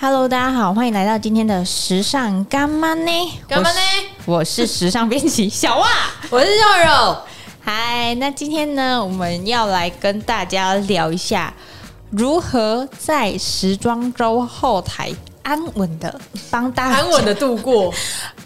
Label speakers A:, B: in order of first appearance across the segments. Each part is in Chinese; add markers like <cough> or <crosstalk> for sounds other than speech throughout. A: Hello，大家好，欢迎来到今天的时尚干妈呢。
B: 干嘛呢
A: 我是？我是时尚编辑小袜。
B: 我是肉肉，
A: 嗨，那今天呢，我们要来跟大家聊一下如何在时装周后台安稳的帮大家
B: 安稳的度过。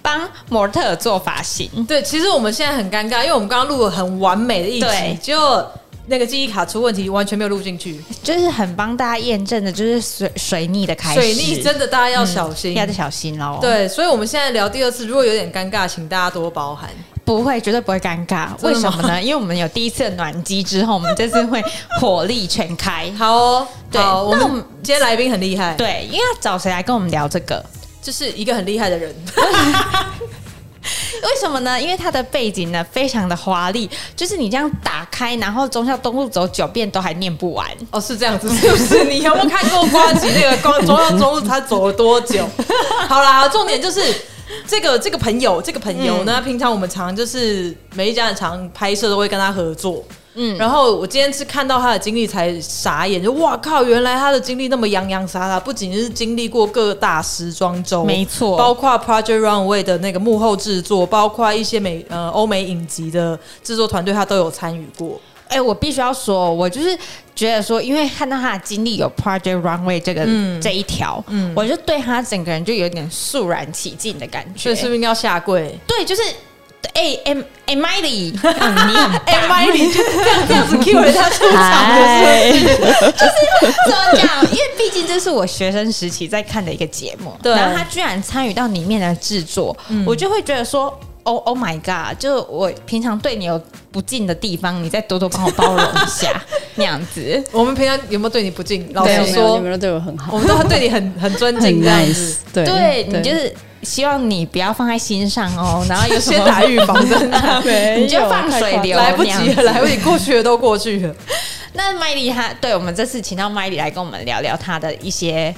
A: 帮模特儿做发型。
B: <laughs> 对，其实我们现在很尴尬，因为我们刚刚录了很完美的一
A: 对
B: 集，结果那个记忆卡出问题，完全没有录进去。
A: 就是很帮大家验证的，就是水水逆的开始，
B: 水逆真的大家嗯要小心。
A: 要小心哦喽。，
B: 对，所以我们现在聊第二次，如果有点尴尬，请大家多包涵。。
A: 不会，绝对不会尴尬。为什么呢？因为我们有第一次的暖机之后，我们这次会火力全开
B: 好哦，
A: 对
B: 好，我
A: 那我
B: 们今天来宾很厉害，
A: 对，因为要找谁来跟我们聊这个？
B: 就是一个很厉害的人。
A: 为什么呢？因为它的背景呢非常的华丽，就是你这样打开，然后忠孝东路走九遍都还念不完。
B: 哦，是这样子，是不是？你有没有看过瓜吉那个光中央中路他走了多 <laughs> 久？好啦，重点就是这个这个朋友，这个朋友呢，平常我们常就是每一家很常拍摄都会跟他合作。嗯，然后我今天是看到他的经历才傻眼，就哇靠，原来他的经历那么洋洋洒洒，不仅是经历过各大时装周，
A: 没错
B: 包括 Project Runway 的那个幕后制作，包括一些美呃欧美影集的制作团队，他都有参与过。
A: 哎、我必须要说，我就是觉得说，因为看到他的经历有 Project Runway 这个、这一条，嗯，我就对他整个人就有点肃然起敬的感觉。
B: 所以是不是应该要下跪？
A: 对，就是哎，M M i l y <laughs> 你很
B: 哎，
A: 棒
B: 麦你就这样这
A: <laughs>
B: 样子 Q 人家出场的
A: 嗨，就是怎么讲？因为毕竟这是我学生时期在看的一个节目，
B: 对嗯
A: 然后他居然参与到里面的制作，我就会觉得说。Oh Oh my God！就是我平常对你有不敬的地方，你再多多帮我包容一下，
B: <laughs>
A: 那样子。
B: 我们平常有没有对你不敬？老
C: 对，
B: 实
C: 没有
B: 说
C: 你，们都对我很好，
B: 我们都对你
C: <laughs>
B: 很很尊
C: 很
B: 敬这样子
C: nice。。对，
A: 对你就是希望你不要放在心上哦，然后有什
B: 先
A: 么
B: 打预防针，
C: <laughs>
A: <laughs>
B: 啊
C: 没有
A: 你就放水流
B: 来不及
A: 那样
B: 了，
A: 子
B: 来不及，过去的都过去了。
A: 那麦莉她对我们这次请到麦莉来跟我们聊聊她的一些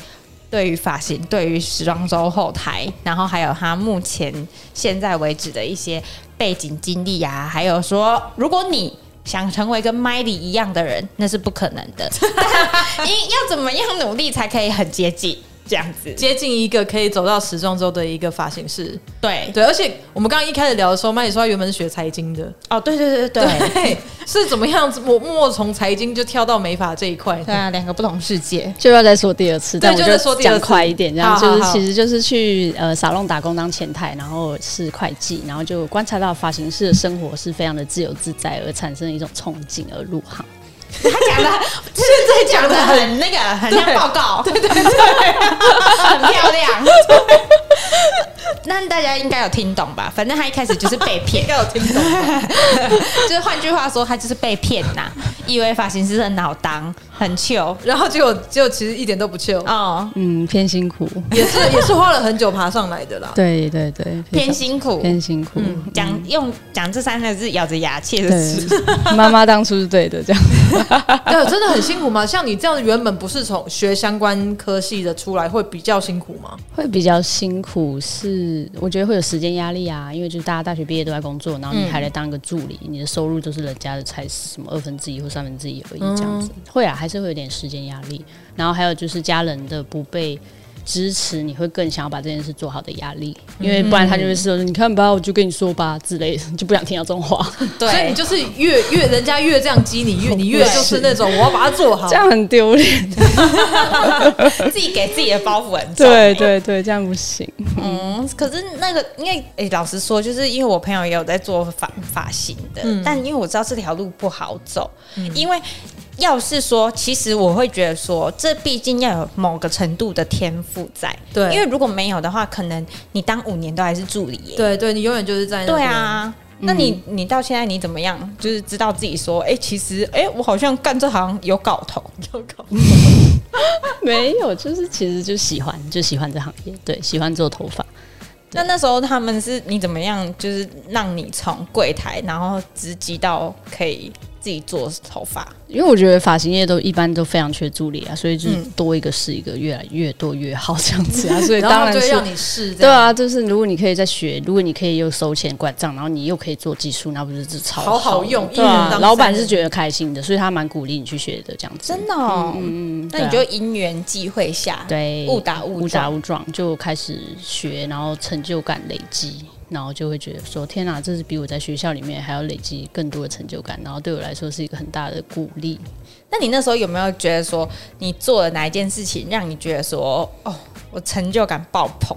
A: 对于发型、对于时装周后台，然后还有她目前现在为止的一些背景经历啊，还有说如果你。想成为跟麦莉一样的人，那是不可能的。 <laughs> 因要怎么样努力才可以很接近这样子？
B: 接近一个可以走到时装周的一个发型师，
A: 对，
B: 对，而且我们刚刚一开始聊的时候，麦姐说她原本是学财经的，
A: 哦，对对对对对，
B: 对，是怎么样子？我默默从财经就跳到美发这一块，
A: 对啊，两个不同世界。
C: 就要再说第二次，
B: 对
C: 但我
B: 就再说第二次
C: 讲快一点，这
B: 好
C: 样
B: 好
C: 就是
B: 好
C: 其实就是去呃沙龙打工当前台，然后是会计，然后就观察到发型师的生活是非常的自由自在，而产生一种憧憬而入行。
A: 他讲的现在讲的很那个，很像
B: 对
A: 报告，对对对，很漂亮。那大家应该有听懂吧？反正他一开始就是被骗
B: 应，该有听懂。
A: 就是换句话说，他就是被骗呐，以为发型师很脑当，很糗
B: 然后结果结果其实一点都不 chill，
A: 哦，
C: 嗯，偏辛苦，
B: 也是也是花了很久爬上来的啦。
C: 对对对，
A: 偏辛苦。嗯
C: 偏辛苦。嗯
A: 讲用讲这三个字，咬着牙切着齿。
C: 对，妈妈当初是对的，这样
A: <laughs>
B: 对，真的很辛苦吗？像你这样原本不是从学相关科系的出来，会比较辛苦吗？
C: 会比较辛苦是，我觉得会有时间压力啊，因为就是大家大学毕业都在工作，然后你还来当一个助理，你的收入就是人家的才什么二分之一或三分之一而已这样子，会啊，还是会有点时间压力。然后还有就是家人的不被支持，你会更想要把这件事做好的压力，因为不然他就会说、你看吧，我就跟你说吧之类的，就不想听到这种话， <laughs>
B: 所以
A: 对
B: 你，就是越越人家越这样激
A: <laughs>
B: 你，越你越就是那种我要把它做好
C: 这。样很丢脸。
A: <laughs> 自己给自己的包袱很重。
C: 对对对， <laughs> 这样不行。
A: 嗯，可是那个，因为诶、老实说，就是因为我朋友也有在做发发型的，
B: 嗯
A: 但因为我知道这条路不好走，因为要是说，其实我会觉得说，这毕竟要有某个程度的天赋在，
B: 对
A: 因为如果没有的话，可能你当五年都还是助理耶，
B: 对对，啊嗯你永远就是在那
A: 对
B: 边，
A: 啊。那你你到现在你怎么样？就是知道自己说，哎、其实哎、诶我好像干这行有搞头，有搞头。
C: <laughs> 没有，就是其实就喜欢，就喜欢这行业，对，喜欢做头发。
A: 那那时候他们是你怎么样？就是让你从柜台，然后直击到可以自己做头发？
C: 因为我觉得发型业都一般都非常缺助理啊，所以就是多一个是一个，越来越多越好这
B: <laughs>
C: 样子啊，所以
B: 嗯然后他
C: 当然
B: 就会
C: 是
B: 让你试，
C: 对，啊，就是如果你可以在学，如果你可以又收钱管账，然后你又可以做技术，那不是超
B: 好好
C: 的
B: 用一
C: 对
B: 人
C: 啊
B: 当，
C: 老板
B: 三
C: 是觉得开心的，所以他蛮鼓励你去学的这样子。
A: 真的、哦
C: 嗯，
A: 那你
C: 对啊
A: 就因缘际会下，
C: 对
A: 误打误
C: 误打
A: 撞。
C: 误撞就开始学，然后成就感累积，然后就会觉得说天哪、这是比我在学校里面还要累积更多的成就感，然后对我来说是一个很大的鼓励。
A: 那你那时候有没有觉得说，你做了哪一件事情让你觉得说，哦，我成就感爆棚？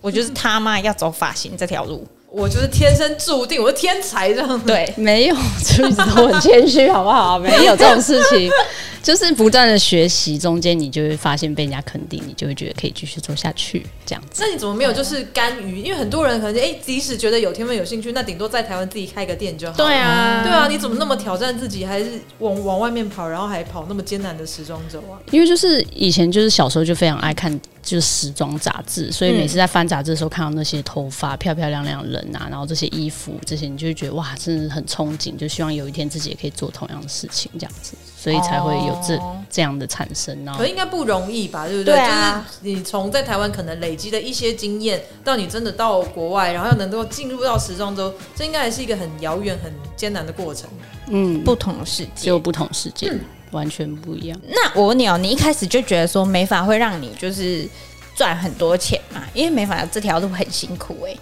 A: 我就是他妈要走发型这条路。
B: 我就是天生注定，我是天才这
C: 嗯
B: 样。
A: 对，
C: 没有，就一直都很谦虚，好不好？ <laughs> 没有这种事情， <laughs> 就是不断的学习中间，你就会发现被人家肯定，你就会觉得可以继续做下去，这样子。
B: 那你怎么没有就是甘于？因为很多人可能哎、即使觉得有天分、有兴趣，那顶多在台湾自己开个店就好。
A: 对啊
B: 对啊，你怎么那么挑战自己，还是往往外面跑，然后还跑那么艰难的时装周啊？
C: 因为就是以前就是小时候就非常爱看就是时装杂志，所以
A: 嗯
C: 每次在翻杂志的时候看到那些头发漂漂亮亮的人啊，然后这些衣服这些，你就会觉得哇，真的很憧憬，就希望有一天自己也可以做同样的事情，这样子，所以才会有这、
A: 哦
C: 这样的产生。然后
B: 可应该不容易吧，对不对？
A: 对啊
B: 就是你从在台湾可能累积的一些经验，到你真的到国外，然后能够进入到时装周，这应该还是一个很遥远、很艰难的过程。
C: 嗯，
A: 不同的世界
C: 就。不同世界，完全不一样。
A: 那我问你哦，你一开始就觉得说美发会让你就是赚很多钱嘛？因为美发这条路很辛苦哎、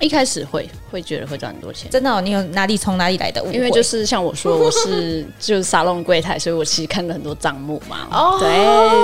C: 一开始会会觉得会赚很多钱，
A: 真的、哦，你有哪里从哪里来的误会？
C: 因为就是像我说，我
A: <laughs>
C: 是就是沙龙柜台，所以我其实看了很多账目嘛，
A: 哦
C: 对，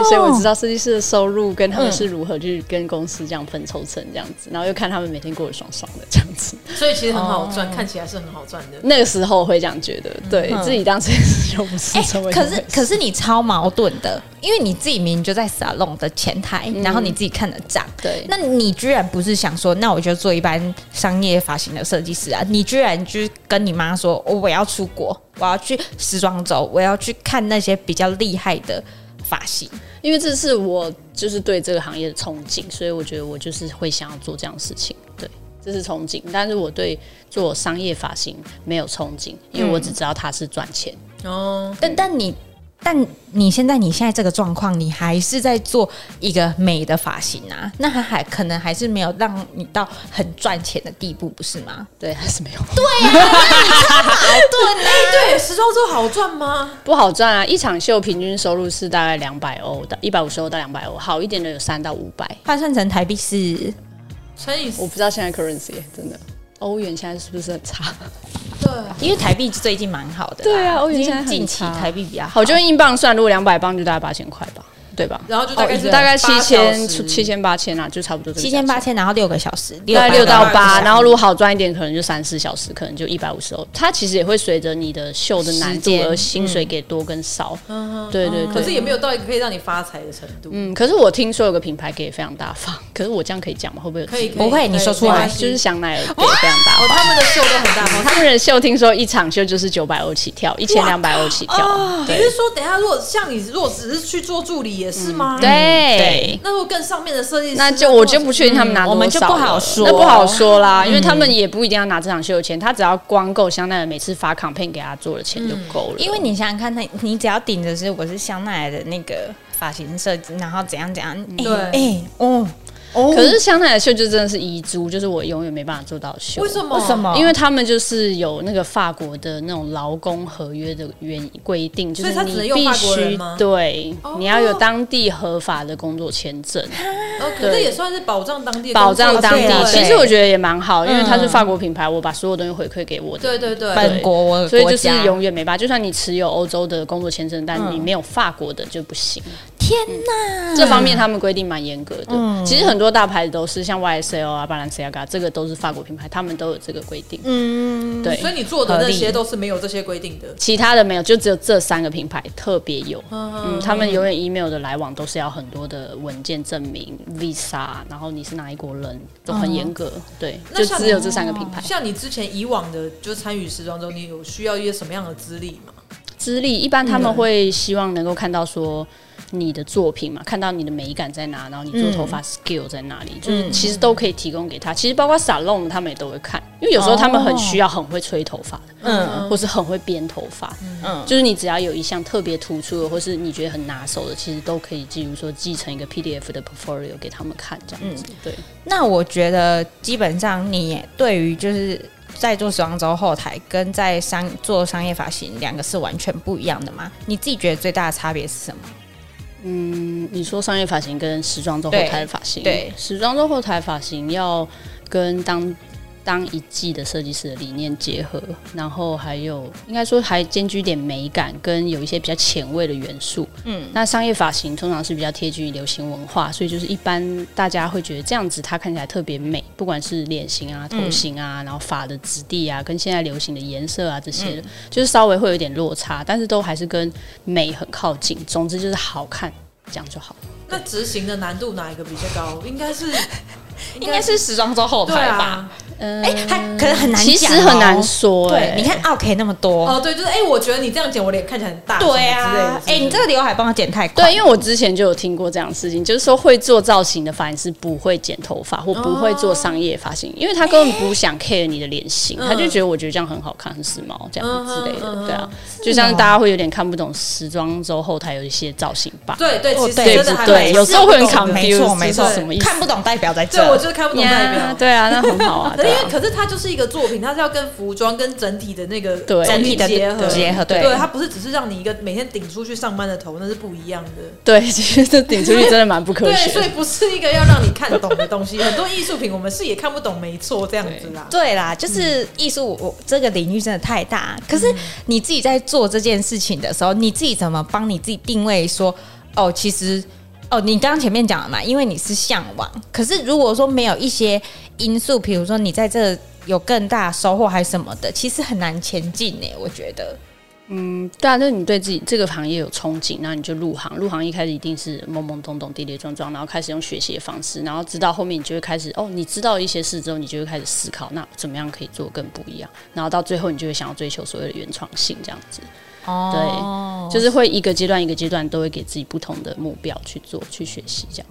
C: 所以我知道设计师的收入跟他们是如何去跟公司这样分抽成这样
A: 嗯
C: 子，然后又看他们每天过得爽爽的这样子，
B: 所以其实很好赚，看起来是很好赚的。
C: 那个时候会这样觉得，对、
A: 嗯
C: 自己当设计师就不是
A: 哎、
C: 这么一回
A: 可
C: 事、
A: 是可是你超矛盾的，因为你自己明明就在沙龙的前台，然后你自己看了账，
C: 对，
A: 那你居然不是想说，那我就做一般商业发型的设计师啊？你居然就是跟你妈说，哦我要出国，我要去时装周，我要去看那些比较厉害的发型。
C: 因为这是我就是对这个行业的憧憬，所以我觉得我就是会想要做这样的事情。对，这是憧憬，但是我对做商业发型没有憧憬，因为我只知道它是赚钱。
B: 哦，
A: 但但你但你现在你现在这个状况，你还是在做一个美的发型啊？那还还可能还是没有让你到很赚钱的地步，不是吗？
C: 对，还是没有 <laughs>
B: 对，时装周好赚吗？
C: 不好赚啊！一场秀平均收入是大概两百欧到一百五十欧到两百欧，好一点的有三到五百。
A: 换算成台币是
B: 乘以
C: 我不知道现在 currency 真的欧元现在是不是很差？
B: 对，
A: 因为台币最近蛮好的啦，
C: 对啊欧元
A: 因为
C: 现在很
A: 近期
C: 差
A: 台币比较好，
C: 好，就用英镑算，如果两百磅就大概八千块吧，对吧？
B: 然后就大概
C: 哦
B: 是
C: 大概七
B: 8
C: 千
B: 小时
C: 七千八千啊，就差不多这个
A: 七千
C: 价钱
A: 八千，然后六个小时，
C: 大概六到八，
B: 8
C: 然后如果好赚一点，可能就三四小时，可能就一百五十欧。它其实也会随着你的秀的难
A: 时
C: 度
A: 间
C: 而薪水给多跟少。对对对。
B: 可是也没有到一个可以让你发财的程度。
C: 嗯，可是我听说有个品牌给非常大方，可是我这样可以讲吗？会不会有
B: 可以，
C: 质疑
B: 可以
A: 不会你
B: 可以
A: 说出来嗯
B: 没关系
C: 就是香奈儿给非常大
B: 哦，
C: 方。
B: 他们的秀都很大方。
C: 他们的秀听说一场秀就是九百欧起跳，一千两百欧起跳，
B: 也
C: 对
B: 就是说，等一下如果像你，如果只是去做助理也是吗？。
C: 对。
B: 那如果更上面的设计师，
C: 那就我就不确定他们拿多
A: 嗯
C: 少了、
A: 我们就不好说
C: 那不好说啦，因为他们也不一定要拿这场秀的钱，他只要光够香奈儿每次发 campaign 给他做的钱就够了、
A: 嗯因为你想想看，那你只要顶着是我是香奈儿的那个发型设计，然后怎样怎样，哎、
B: 对
A: 哎、哦哦，
C: 可是香奈儿的秀就真的是遗珠，就是我永远没办法做到的秀。
B: 为什么？
A: 为什么？
C: 因为他们就是有那个法国的那种劳工合约的原因规定，就
B: 所以
C: 是
B: 他只能
C: 你
B: 用
C: 必
B: 法国人
C: 须
B: 吗
C: 对
B: 哦，
C: 你要有当地合法的工作签证，
B: 哦，可是也算是保障当地的
C: 保障当
A: 对
C: 地
A: 啊。对
C: 其实我觉得也蛮好，因为它是法国品牌，我把所有东西回馈给我的。
B: 嗯对对对
A: 本国我的
C: 所以
A: 呃国
C: 就是
A: 家
C: 永远没办法，就算你持有欧洲的工作签证，但你没有法国的就不行。
A: 天哪，
C: 这方面他们规定蛮严格的。其实很多大牌都是像 YSL 啊、Balenciaga，这个都是法国品牌，他们都有这个规定。
A: 嗯，
C: 对，
B: 所以你做的那
A: 合
B: 些
A: 理
B: 都是没有这些规定的。
C: 其他的没有，就只有这三个品牌特别有。嗯，他们永远 email 的来往都是要很多的文件证明、visa，然后你是哪一国人，都很严格。对，
B: 那
C: 就
B: 像
C: 只有这三个品牌。
B: 像你之前以往的，就是参与时装周，你有需要一些什么样的资历吗？
C: 资历，一般他们会希望能够看到说你的作品嘛，看到你的美感在哪，然后你做头发 skill 在哪里，就是其实都可以提供给他。其实包括 salon 他们也都会看，因为有时候他们很需要很会吹头发的，嗯，或是很会编头发，嗯，就是你只要有一项特别突出的，或是你觉得很拿手的，其实都可以，例如说继承一个 PDF 的 portfolio 给他们看这样子，嗯对。
A: 那我觉得基本上你也对于就是在做时装周后台跟在商做商业发型两个是完全不一样的嘛？你自己觉得最大的差别是什么？
C: 嗯，你说商业发型跟时装周后台的发型，
A: 对对
C: 时装周后台发型要跟当当一季的设计师的理念结合，然后还有应该说还兼具一点美感跟有一些比较前卫的元素。嗯，那商业发型通常是比较贴近于流行文化，所以就是一般大家会觉得这样子它看起来特别美，不管是脸型啊、头型啊，然后发的质地啊，跟现在流行的颜色啊这些的，就是稍微会有一点落差，但是都还是跟美很靠近。总之就是好看，这样就好。
B: 那执行的难度哪一个比较高？应该
A: <laughs>
B: 是
A: 应该是时装周后
B: 对
A: 台吧？
B: 啊，
C: 嗯、
A: 哎、还可是很难、欸
C: 其实
B: 哦
C: 很难。哦说、
A: 对
C: 哎，
A: 你看 OK 那么多，
B: 哦对，就是哎，我觉得你这样剪，我脸看起来很大，
A: 对
B: 什么
A: 啊，
B: 之
A: 哎、
B: 类的
A: 你这个刘海帮我剪太快，
C: 对，因为我之前就有听过这样的事情，就是说会做造型的发型师不会剪头发或不会
B: 哦
C: 做商业发型，因为他根本不想 care 你的脸型，
B: 嗯
C: 他就觉得我觉得这样很好看、很时髦这样子之类的，
B: 嗯哼
C: 对
B: 嗯
C: 啊，就像大家会有点看不懂时装周后台有一些造型吧，
B: 对对，其实
A: 哦对
B: 真的
C: 不
B: 还
C: 对？
B: 蛮
C: 有时候会
B: 是
C: 很
B: 不懂的
C: confused，
A: 没错没错
C: 什么意思？
A: 看不懂代表在这，
B: 对，我就是看不懂代表
C: Yeah，。对啊，那很好啊，
B: 可是
C: 对
B: <laughs> 因
C: 啊
B: 为，可是它就是一个作品，它是要跟服装跟整体的那个
C: 对
B: 东
A: 整
B: 西
A: 体的
B: 结合
A: 结合对
B: 对，它不是只是让你一个每天顶出去上班的头，那是不一样的。
C: 对，其实这顶出去真的蛮不科
B: 对，
C: 学
B: 所
C: 的
B: 以。不是一个要让你看懂的东西，很多艺术品我们是也看不懂，没错，这样子啦。
A: 对啦，就是艺术，我这个领域真的太大。可是你自己在做这件事情的时候，你自己怎么帮你自己定位说？哦，其实哦，你刚刚前面讲了嘛，因为你是向往。可是如果说没有一些因素，比如说你在这有更大收获还是什么的，其实很难前进呢、我觉得，
C: 嗯，对啊，就是你对自己这个行业有憧憬，那你就入行。入行一开始一定是懵懵懂懂、跌跌撞撞，然后开始用学习的方式，然后直到后面你就会开始哦，你知道一些事之后，你就会开始思考，那怎么样可以做更不一样？然后到最后，你就会想要追求所谓的原创性，这样子，
A: 哦，
C: 就是会一个阶段一个阶段都会给自己不同的目标去做、去学习这样。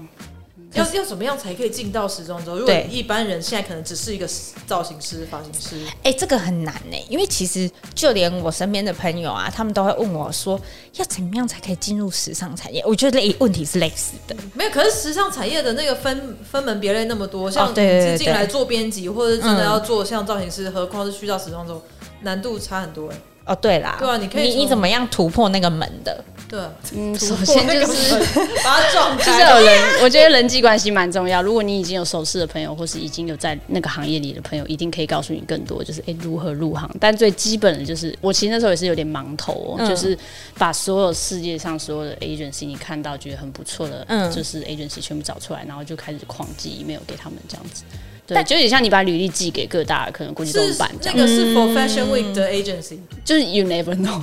B: 要要怎么样才可以进到时装周？如果
A: 对
B: 一般人现在可能只是一个造型师、发型师，
A: 哎、这个很难呢、因为其实就连我身边的朋友啊，他们都会问我说，要怎么样才可以进入时尚产业？我觉得类问题是类似的，
B: 没有。可是时尚产业的那个分分门别类那么多，像
A: 哦
B: 你
A: 对对
B: 是
A: 对
B: 进来做编辑，或者是真
A: 嗯
B: 的要做像造型师，何况是去到时装周，难度差很多哎。
A: 哦，对啦，
B: 对啊你可以
A: 你
B: 从
A: 怎么样突破那个门的？
B: 对啊，
C: 嗯，首先就
B: 突
C: 是
B: 破那个门把它撞 <laughs>
C: 就是
B: 开。
C: 有人，我觉得人际关系蛮重要。如果你已经有熟识的朋友，或是已经有在那个行业里的朋友，一定可以告诉你更多，就是诶如何入行。但最基本的就是，我其实那时候也是有点盲头、哦，
A: 嗯
C: 就是把所有世界上所有的 agency 你看到觉得很不错的，
A: 嗯
C: 就是 agency 全部找出来，然后就开始狂寄 email 给他们这样子。对，
A: 但
C: 就有点像你把履历寄给各大可能国际动
B: 是
C: 版这
B: 那个
C: 样，
B: 是 for Fashion Week 的 agency，
C: 就是 you never know。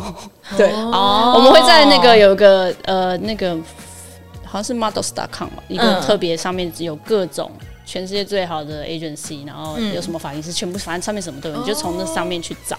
C: 对，
A: 哦
C: 我们会在那个有个呃那个好像是 models.com 吧，一个
A: 嗯
C: 特别上面有各种全世界最好的 agency，然后有什么发型师，全部反正上面什么都有，你就从那上面去找。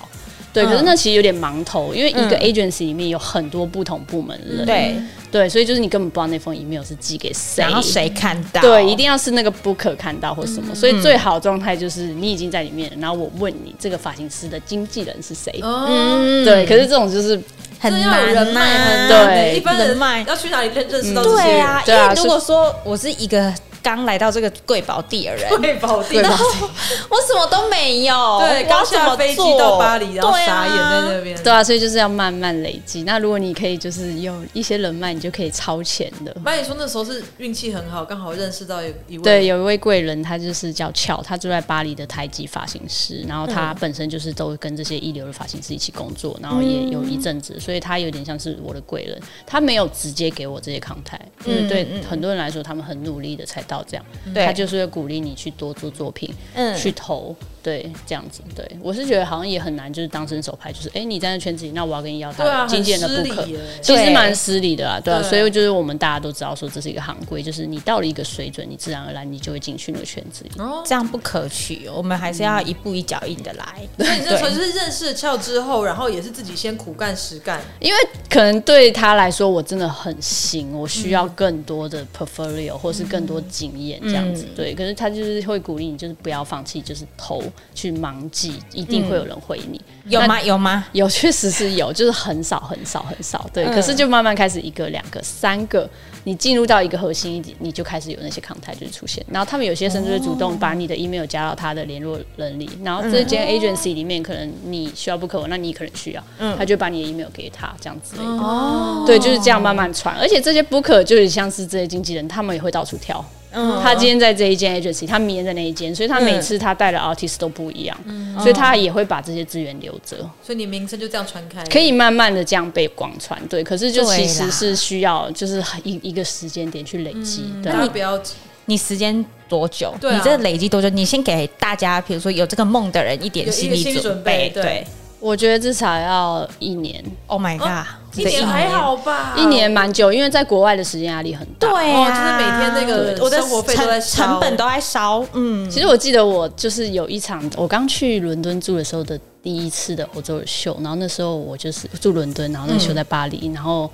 C: 对，可是那其实有点盲头，因为一个
A: 嗯
C: agency 里面有很多不同部门的人，
A: 对，
C: 对，所以就是你根本不知道那封 email 是寄给谁，
A: 然后谁嗯看到？
C: 对，一定要是那个 booker 看到或什么，所以最好的状态就是你已经在里面了，然后我问你这个发型师的经纪人是谁，
A: 嗯
C: 对，可是这种就是
A: 很
B: 这哦要有
A: 难啊
B: 人脉
A: 呐，
B: 很难
C: 对
B: 欸一般
A: 人脉
B: 人要去哪里认认识到这些
A: 对
B: 人？
A: 啊，因
C: 对啊
A: 为
C: 是
A: 如果说我是一个刚来到这个贵宝地
B: <laughs>
A: 的人，
B: 贵宝地
A: 然后我什么都没有，
B: 对，
A: 我要
B: 刚
A: 怎么
B: 啊下飞机
A: 做
B: 到巴黎，然后
A: 对啊
B: 傻眼在那边。
C: 啊对啊，所以就是要慢慢累积。那如果你可以就是有一些人脉，你就可以超前的。
B: 妈，你说那时候是运气很好，刚好认识到一一位
C: 对，有一位贵人，他就是叫俏，他住在巴黎的台籍发型师，然后
B: 嗯
C: 他本身就是都跟这些一流的发型师一起工作，然后也
B: 嗯
C: 有一阵子，所以他有点像
B: 嗯
C: 是我的贵人。他没有直接给我这些 contact，因为对很多人来说，他们很努力的才到这样，
A: 对
C: 他就是会鼓励你去多做作品，
A: 嗯
C: 去投，对，这样子，对我是觉得好像也很难，就是当伸手牌，就是哎、诶你在那圈子里，那我要跟你要
B: 对啊
C: 他经纪人的
B: 很失
C: b o
B: 礼耶
C: 其实
A: 对
C: 蛮失礼的啦，对啊，
B: 对
C: 所以就是我们大家都知道说这是一个行规，就是你到了一个水准，你自然而然你就会进去那个圈子里，
B: 哦，
A: 这样不可取，哦我们还是要一步一脚印的来。
B: 所以你这纯是认识了俏之后，然后也是自己先苦干实干，
C: 因为可能对他来说，我真的很新，我需要更多的 portfolio 或是更多经验这样子。对，可是他就是会鼓励你，就是不要放弃，就是投去盲记，一定会有人回你。
A: 有吗？有吗？
C: <laughs> 有，确实是有，就是很少很少很少。对，
A: 嗯
C: 可是就慢慢开始一个、两个、三个，你进入到一个核心一点，你就开始有那些 contact 就是出现。然后他们有些甚至会主动把你的 email 加到他的联络人里，然后这
A: 嗯
C: 间 agency 里面可能你需要不可，那你可能需要，他就把你的 email 给他这样之类的。
A: 哦，
C: 对，就是这样慢慢传。而且这些 booker 就是像是这些经纪人，他们也会到处跳。
A: 嗯
C: 他今天在这一间 agency，他明天在那一间，所以他每次他带的 artist 都不一样，
A: 嗯
C: 所以他也会把这些资源留着，
B: 所以你名声就这样传开。
C: 可以慢慢的这样被广传。对，可是就
A: 对啦
C: 其实是需要就是一一个时间点去累积。对啊
B: 大家不要急
A: 你时间多久？
B: 对啊
A: 你这累积多久？你先给大家，比如说有这个梦的人一点
B: 有
A: 心
B: 一个
A: 理
B: 心理
A: 准
B: 准备对
A: 对
C: 我觉得至少要一年，
A: ，Oh my
B: 哦
A: god，
B: 一
A: 这
B: 年还好吧？
C: 一年蛮久，因为在国外的时间压力很大。
A: 对
B: 哦
A: 啊，
B: 就是每天那个
A: 对我的
B: 生活费都
A: 成
B: 在烧
A: 成本都在烧，嗯，
C: 其实我记得我就是有一场，我刚去伦敦住的时候的第一次的欧洲的秀，然后那时候我就是住伦敦，然后那个秀在巴黎，然后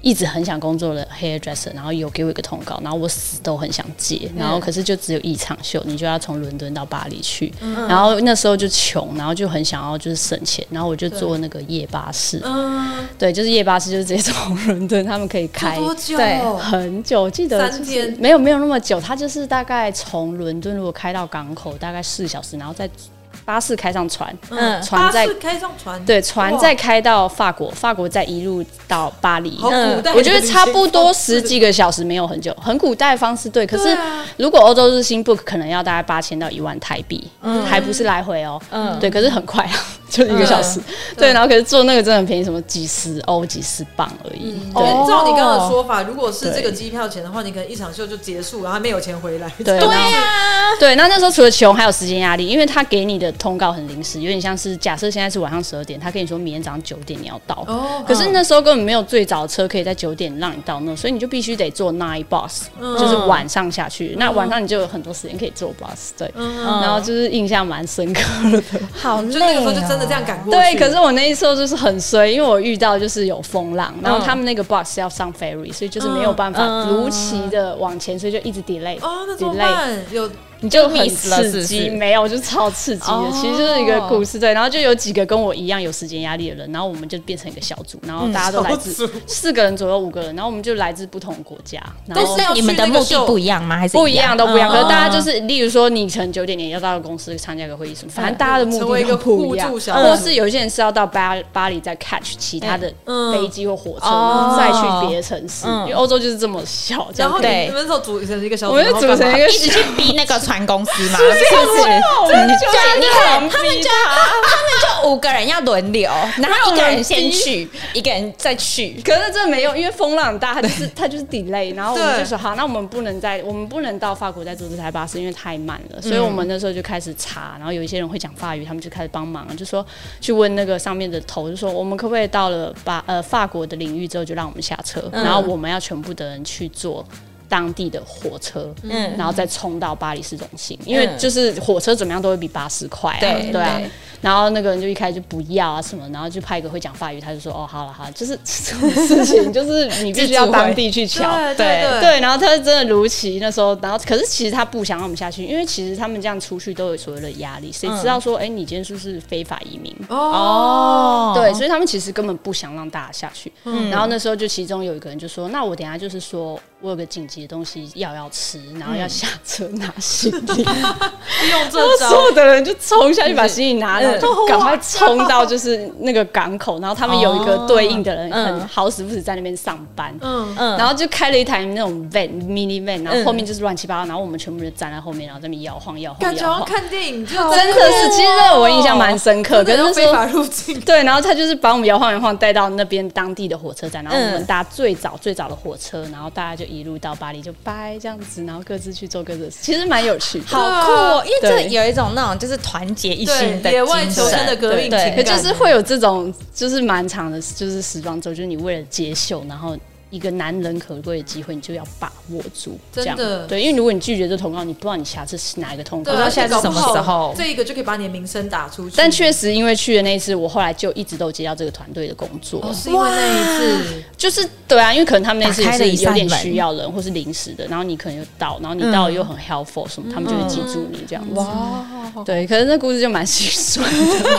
C: 一直很想工作的 hairdresser，然后有给我一个通告，然后我死都很想接，然后可是就只有一场秀，你就要从伦敦到巴黎去，然后那时候就穷，然后就很想要就是省钱，然后我就坐那个夜巴士，
B: 嗯，
C: 对，就是夜巴士就是直接从伦敦，他们可以开
B: 多久？
A: 对
C: 很久，记得
B: 三
C: 就是
B: 天
C: 没有没有那么久，它就是大概从伦敦如果开到港口大概四小时，然后再巴士开上船，
A: 嗯
C: 船
B: 巴
C: 再
B: 士开上船，
C: 对船再开到法国，法国再一路到巴黎。
B: 好古代的旅行方式，
C: 我觉得差不多十几个小时没有很久，很古代的方式对。可
B: 对
C: 是
B: 啊
C: 如果欧洲日薪 book 可能要大概八千到一万台币，
B: 嗯
C: 还不是来回哦。
A: 嗯
C: 对，可是很快啊，就一个小时。
B: 嗯
C: 对，然后可是做那个真的很便宜，什么几十欧、几十磅而已。
B: 嗯
C: 对
A: 哦
B: 照你刚刚的说法，如果是这
C: 对
B: 个机票钱的话，你可能一场秀就结束，然后还没有钱回来。
C: 对
B: 这样
C: 对啊
A: 呀，
C: 对，那那时候除了穷，还有时间压力，因为他给你的通告很临时，有点像是假设现在是晚上十二点，他跟你说明天早上九点你要到。
B: 哦，
C: 可是那时候根本没有最早的车可以在九点让你到那，所以你就必须得坐 night bus，、就是
B: 嗯
C: 晚上下去。那晚上你就有很多时间可以坐 bus，对。
B: 嗯
C: 然后就是印象蛮深刻的。
A: 好
B: 就那
A: 累
B: 个时候
A: 哦，
B: 就真的这样赶过
C: 对，
B: 去。
C: 可是我那一时候就是很衰，因为我遇到就是有风浪，然后
B: 嗯
C: 他们那个 bus 要上 ferry，所以就是没有办法如期的往前，所以就一直 delay。
B: 嗯哦，那怎么
C: delay
B: 办？有
C: 你就很
A: miss 了是
C: 刺
A: 不
C: 激，
A: 是
C: 没有，就是超刺激的。
A: 哦
C: 其实就是一个故事，对。然后就有几个跟我一样有时间压力的人，然后我们就变成一个小组，然后大家都来
B: 小
C: 自
B: 组
C: <laughs> 四个人左右，五个人，然后我们就来自不同国家，然
A: 但
C: 后
A: 是嗯你们的目的不一样吗？哦还是
C: 不一样都不一样。可是大家就是是，例如说你可能九点你要到公司参加个会议什么，反正大家的目
B: 成为一个
C: 的都不
B: 互
C: 一样嗯
B: 助。小组
C: 或是有一些人是要到巴巴黎再 catch 其他的
B: 嗯
C: 飞机或火车，
A: 哦
C: 再去别的城市，
A: 嗯
C: 因为欧洲就是这么小，这
B: 然
C: 样
B: 后
C: 可以
B: 你
A: 对
B: 你们那时候组成一个小组，
C: 我们就
B: 然后
C: 组
B: 干嘛
C: 成一个
A: 一直去逼那个船公司嘛，是不是？
C: 真的
A: 对，啊你看他们
C: 逼
A: 就他们就五个人要轮流，然后一个人先去，一个人再去。
C: 可是这没用，因为风浪很大，它就是它就是 delay，然后我们
B: 对
C: 就说好，那我们不能再我们不能到法国再坐这台巴士，因为太慢
A: 嗯
C: 了，所以我们那时候就开始查，然后有一些人会讲法语，他们就开始帮忙，就说去问那个上面的头，就说我们可不可以到了法呃法国的领域之后就让我们下车，
A: 嗯
C: 然后我们要全部的人去坐。当地的火车，嗯，然后再冲到巴黎市中心，因为
A: 嗯
C: 就是火车怎么样都会比巴士快、啊，
A: 对
C: 对啊
A: 对。
C: 然后那个人就一开始就不要啊什么，然后就派一个会讲法语，他就说哦，好了好了，就是这种事情，就是你必须要当地去瞧。
B: 对
A: <laughs> 对
B: 对
C: 对，然后他就真的如期那时候，然后可是其实他不想让我们下去，因为其实他们这样出去都有所谓的压力，谁知道说，哎、你今天是不是非法移民？
B: 哦，
C: 对，所以他们其实根本不想让大家下去。然后那时候就其中有一个人就说：“那我等一下就是说我有个紧急的东西要要吃，然后要下车拿行李。
B: 利用
C: 然后
B: 这
C: 所
B: 招 <laughs>
C: 有的人就冲下去把行李拿了，的赶快冲到就是那个港口，然后他们有一个对应的人，
A: 哦嗯
C: 很好死不死在那边上班。
B: 嗯，
A: 嗯
C: 然后就开了一台那种 van mini van，然后
A: 嗯
C: 后面就是乱七八糟，然后我们全部就站在后面，然后在那边摇晃摇
B: 感
C: 晃
B: 觉好
C: 摇
B: 像
C: 晃，
B: 看电影，就
C: 真的是，其实这个我印象蛮深刻。
B: 真
C: 可是那
B: 的
C: 时
B: 非法
C: 候
B: 入境，
C: 对，然后他就是把我们摇晃摇晃带到那边当地的火车站，然后我们
A: 嗯
C: 搭最早最早的火车，然后大家就一路到巴黎就拜这样子，然后各自去做各自的事，其实蛮有趣的。
A: 好酷哦！因为这
C: 对
A: 有一种那种就是团结一心的
B: 对野外
A: 精
B: 求生
A: 神
B: 的革命情
A: 对
B: 感，
C: 可就是会有这种，就是蛮长的，就是时装周，就是你为了接秀，然后一个难能可贵的机会，你就要把握住。
B: 真的
C: 这样对，因为如果你拒绝这通告，你不知道你下次是哪一个通告
B: 对
A: 知
B: 啊。
A: 道现在是什么时候
B: 搞不好这一个就可以把你的名声打出去。
C: 但确实，因为去的那一次，我后来就一直都有接到这个团队的工作，
B: 哦，是因为那一次，
C: 就是对啊，因为可能他们那次
A: 打
C: 也
A: 开了
C: 是
A: 一扇
C: 有点
A: 门
C: 需要人，或是临时的，然后你可能就到，然后你到了又很 helpful 什么，他们就会记住你这样子。
B: 哇，
C: 对，可是那故事就蛮心酸的。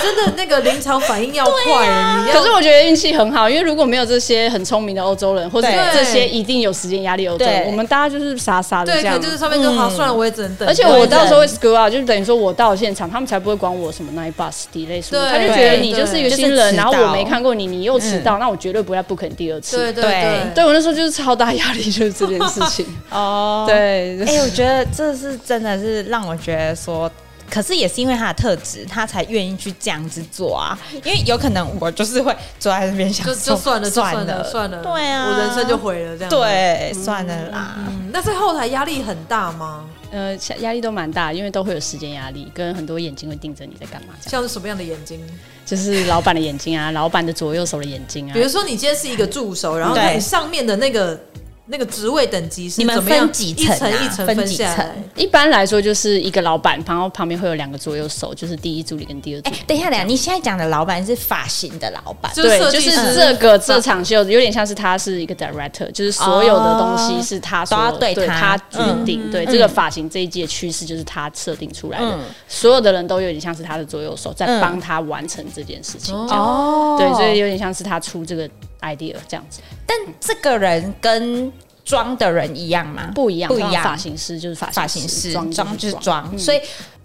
B: 真的那个临场反应要快，
A: 啊
B: 你要
C: 可是我觉得运气很好，因为如果没有这些很聪明的欧洲人，或者
A: 对
C: 这些一定有时间压力的欧洲人，
A: 对
C: 我们大家就是傻傻的
B: 对，
C: 这
B: 可
C: 样
B: 能。就是上面就好，
A: 嗯
B: 算了，我也只能等。
C: 而且我到时候会 screw out，就等于说我到了现场，他们才不会管我什么 night bus delay 什
B: 对
C: 么，
B: 嗯
C: 他就觉得你就是一个新
A: 对
C: 人，
A: 对
C: 然后
A: 就是迟
C: 我
A: 到
C: 没看过你，你又迟到，那我绝对不会再 book 你第二次。
B: 对对
A: 对
C: 对我那时候就是超大压力，就是这件事
B: <laughs>
C: 情。
A: 哦。
C: 对，就是
A: 哎、我觉得这是真的是让我觉得说，可是也是因为他的特质，他才愿意去这样子做啊。因为有可能我就是会坐在那边想
B: 就
A: 说
B: 就算了，就
A: 算
B: 算了，算了，
A: 对啊，
B: 我人生就毁了这样。，
A: 对，算了啦。
B: 嗯，那在后台压力很大吗？
C: 呃，下压力都蛮大，因为都会有时间压力，跟很多眼睛会盯着你在干嘛这样，
B: 像是什么样的眼睛？
C: 就是老板的眼睛啊，老板的左右手的眼睛啊
B: 比，如说你今天是一个助手，然后
A: 对
B: 那你上面的那个那个职位等级是
A: 你们
B: 怎么样？
A: 分几
B: 一
A: 层啊
B: 层一层
A: 分
B: 分
A: 几
B: 下来
A: 层。
C: 一般来说就是一个老板，然后旁边会有两个左右手，就是第一助理跟第二助
A: 哎、
C: 理。
A: 等一下，等一下，你现在讲的老板是发型的老板，
B: 就是设
C: 对，
B: 计
C: 就
B: 师
C: 是这个
A: 嗯
C: 这场秀有点像是他是一个 director，就是所有的东西是他所
A: 都要哦对
C: 对
A: 他
C: 他决定，对这个发型这一季的趋势就是他设定出来的
A: 嗯，
C: 所有的人都有点像是他的左右手
A: 嗯
C: 在帮他完成这件事情，这样
A: 哦
C: 对，所以有点像是他出这个 idea 这样子。
A: 但这个人跟装的人一样吗？
C: 不一样，
A: 不一样
C: 发型师就是发
A: 发型师
C: 妆
A: 装就是
C: 妆。嗯
A: 装，所以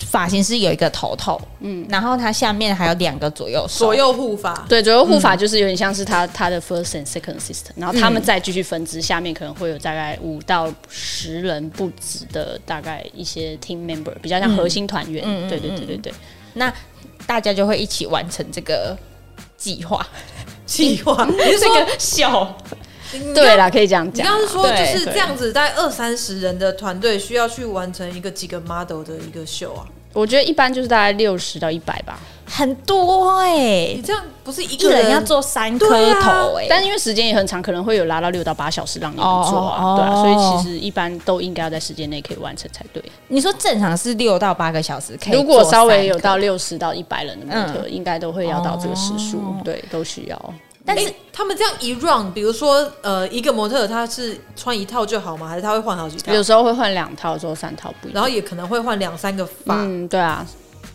A: 发型师有一个头头，嗯，然后他下面还有两个左右手
B: 左右护法，
C: 对，左右护法就是有点像是他他的 first and second system，然后他们再继续分支，下面可能会有大概五到十人不止的，大概一些 team member，比较像核心团员。
A: 嗯嗯
C: 对对
A: 嗯
C: 对对对，
A: 那大家就会一起完成这个计划，
B: 计划。你是
A: 这
B: 说
A: 个秀。
B: 你
C: 对啦，可以这样
B: 你
C: 讲
B: 刚
C: 啦。
B: 刚是说就
A: 对
B: 是
A: 对
B: 这样子，大概二三十人的团队需要去完成一个几个 model 的一个秀啊？
C: 我觉得一般就是大概六十到一百吧，
A: 很多哎、
B: 你这样不是一
A: 一
B: 个
A: 人要做三颗头哎、
C: 但因为时间也很长，可能会有拉到六到八小时让你们做
A: 哦哦
C: 啊，对啊，所以其实一般都应该要在时间内可以完成才对。
A: 你说正常是六到八个小时，可以
C: 如果
A: 做
C: 稍微
A: 三
C: 有
A: 个，
C: 到六十到一百人的模特，应该都会要到这个时数，对，都需要。
A: 但是
B: 诶他们这样一 round，比如说呃，一个模特他是穿一套就好吗？还是他会换好几套？
C: 有时候会换两套，之后三套不一样。
B: 然后也可能会换两三个发，
C: 嗯，对啊，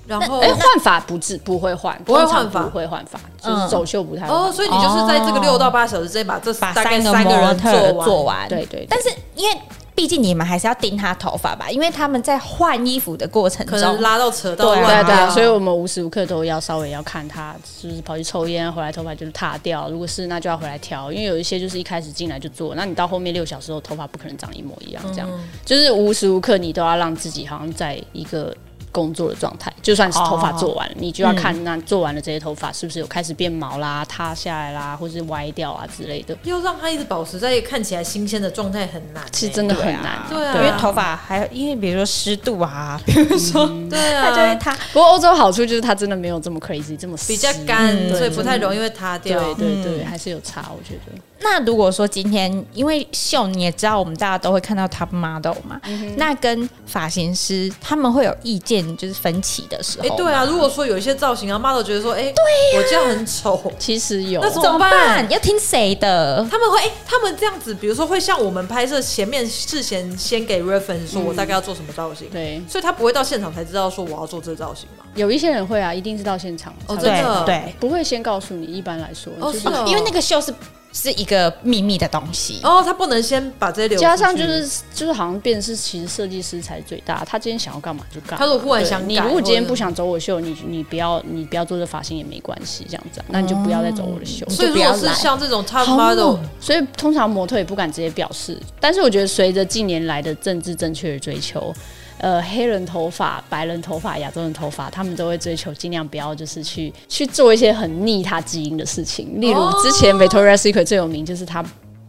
B: 然后
C: 哎，换法不至不会换，
B: 哦不会
C: 通常
B: 换法
C: 不会换法，就
A: 嗯
C: 是走秀不太会换
B: 哦，所以你就是在这个六到八小时之内把这
A: 把
B: 大概
A: 三个
B: 三个
A: 模
B: 人
A: 特
B: 完。
A: 做完，
C: 对对对
A: 但是因为毕竟你们还是要盯他头发吧，因为他们在换衣服的过程
B: 可
A: 中，
B: 能拉到扯到
A: 对啊
C: 对啊
B: 乱
C: 对啊，
B: 掉
C: 所以我们无时无刻都要稍微要看他，就是跑去抽烟，回来头发就是塌掉，如果是那就要回来调，因为有一些就是一开始进来就做，那你到后面六小时后头发不可能长一模一样，这样
B: 嗯
C: 就是无时无刻你都要让自己好像在一个工作的状态，就算是头发做完了，你就要
B: 嗯
C: 看那做完了这些头发是不是有开始变毛啦、塌下来啦，或是歪掉啊之类的，
B: 要让他一直保持在看起来新鲜的状态很难欸、
C: 是真的很
A: 对
C: 难
A: 啊。
B: 对啊
A: 因为头发还有因为比如说湿度啊，比如说
B: 对
A: <laughs> 他就会
B: 啊，
A: 塌，
C: 不过欧洲好处就是它真的没有这么 crazy，这么
B: 比较嗯
C: 湿
B: 干，
A: 嗯
B: 所以不太容易会塌
C: 对
B: 掉。
C: 对对，还是有差，我觉得。
A: 那如果说今天，因为秀你也知道，我们大家都会看到 top model 嘛，
B: 嗯
A: 那跟发型师他们会有意见就是分歧的时候，
B: 哎、对啊，如果说有一些造型啊，model 觉得说，哎、对、我这样很丑，
C: 其实有，
B: 那怎
A: 怎么
B: 么办
A: 办？要听谁的？
B: 他们会，哎、他们这样子，比如说会像我们拍摄前面事前先给 reference
C: 嗯
B: 说我大概要做什么造型，
C: 对，
B: 所以他不会到现场才知道说我要做这个造型嘛。
C: 有一些人会啊，一定是到现场
B: 哦
C: 才
B: 真的
C: 会
A: 对对，
C: 不会先告诉你。一般来说，
B: 哦
C: 就是
B: 是哦
A: 因为那个秀是是一个秘密的东西。
B: 哦，他不能先把这些留出去
C: 加上就是就是好像变成是其实设计师才最大，他今天想要干嘛就干嘛。
B: 他如果忽然
C: 对
B: 想改
C: 你如果今天
B: 或者
C: 不想走我秀，你你不要你不要做这发型也没关系，这样子啊、那你就不要再走我的秀。
B: 嗯所以如
A: 就不要
B: 果是
A: 来
B: 像这种 top
C: 好猛
B: model，
C: 所以通常模特也不敢直接表示。但是我觉得随着近年来的政治正确的追求，呃，黑人头发、白人头发、亚洲人头发，他们都会追求尽量不要就是去 <laughs> 去做一些很逆他基因的事情。例如
B: 哦
C: 之前 Victoria Secret 最有名就是他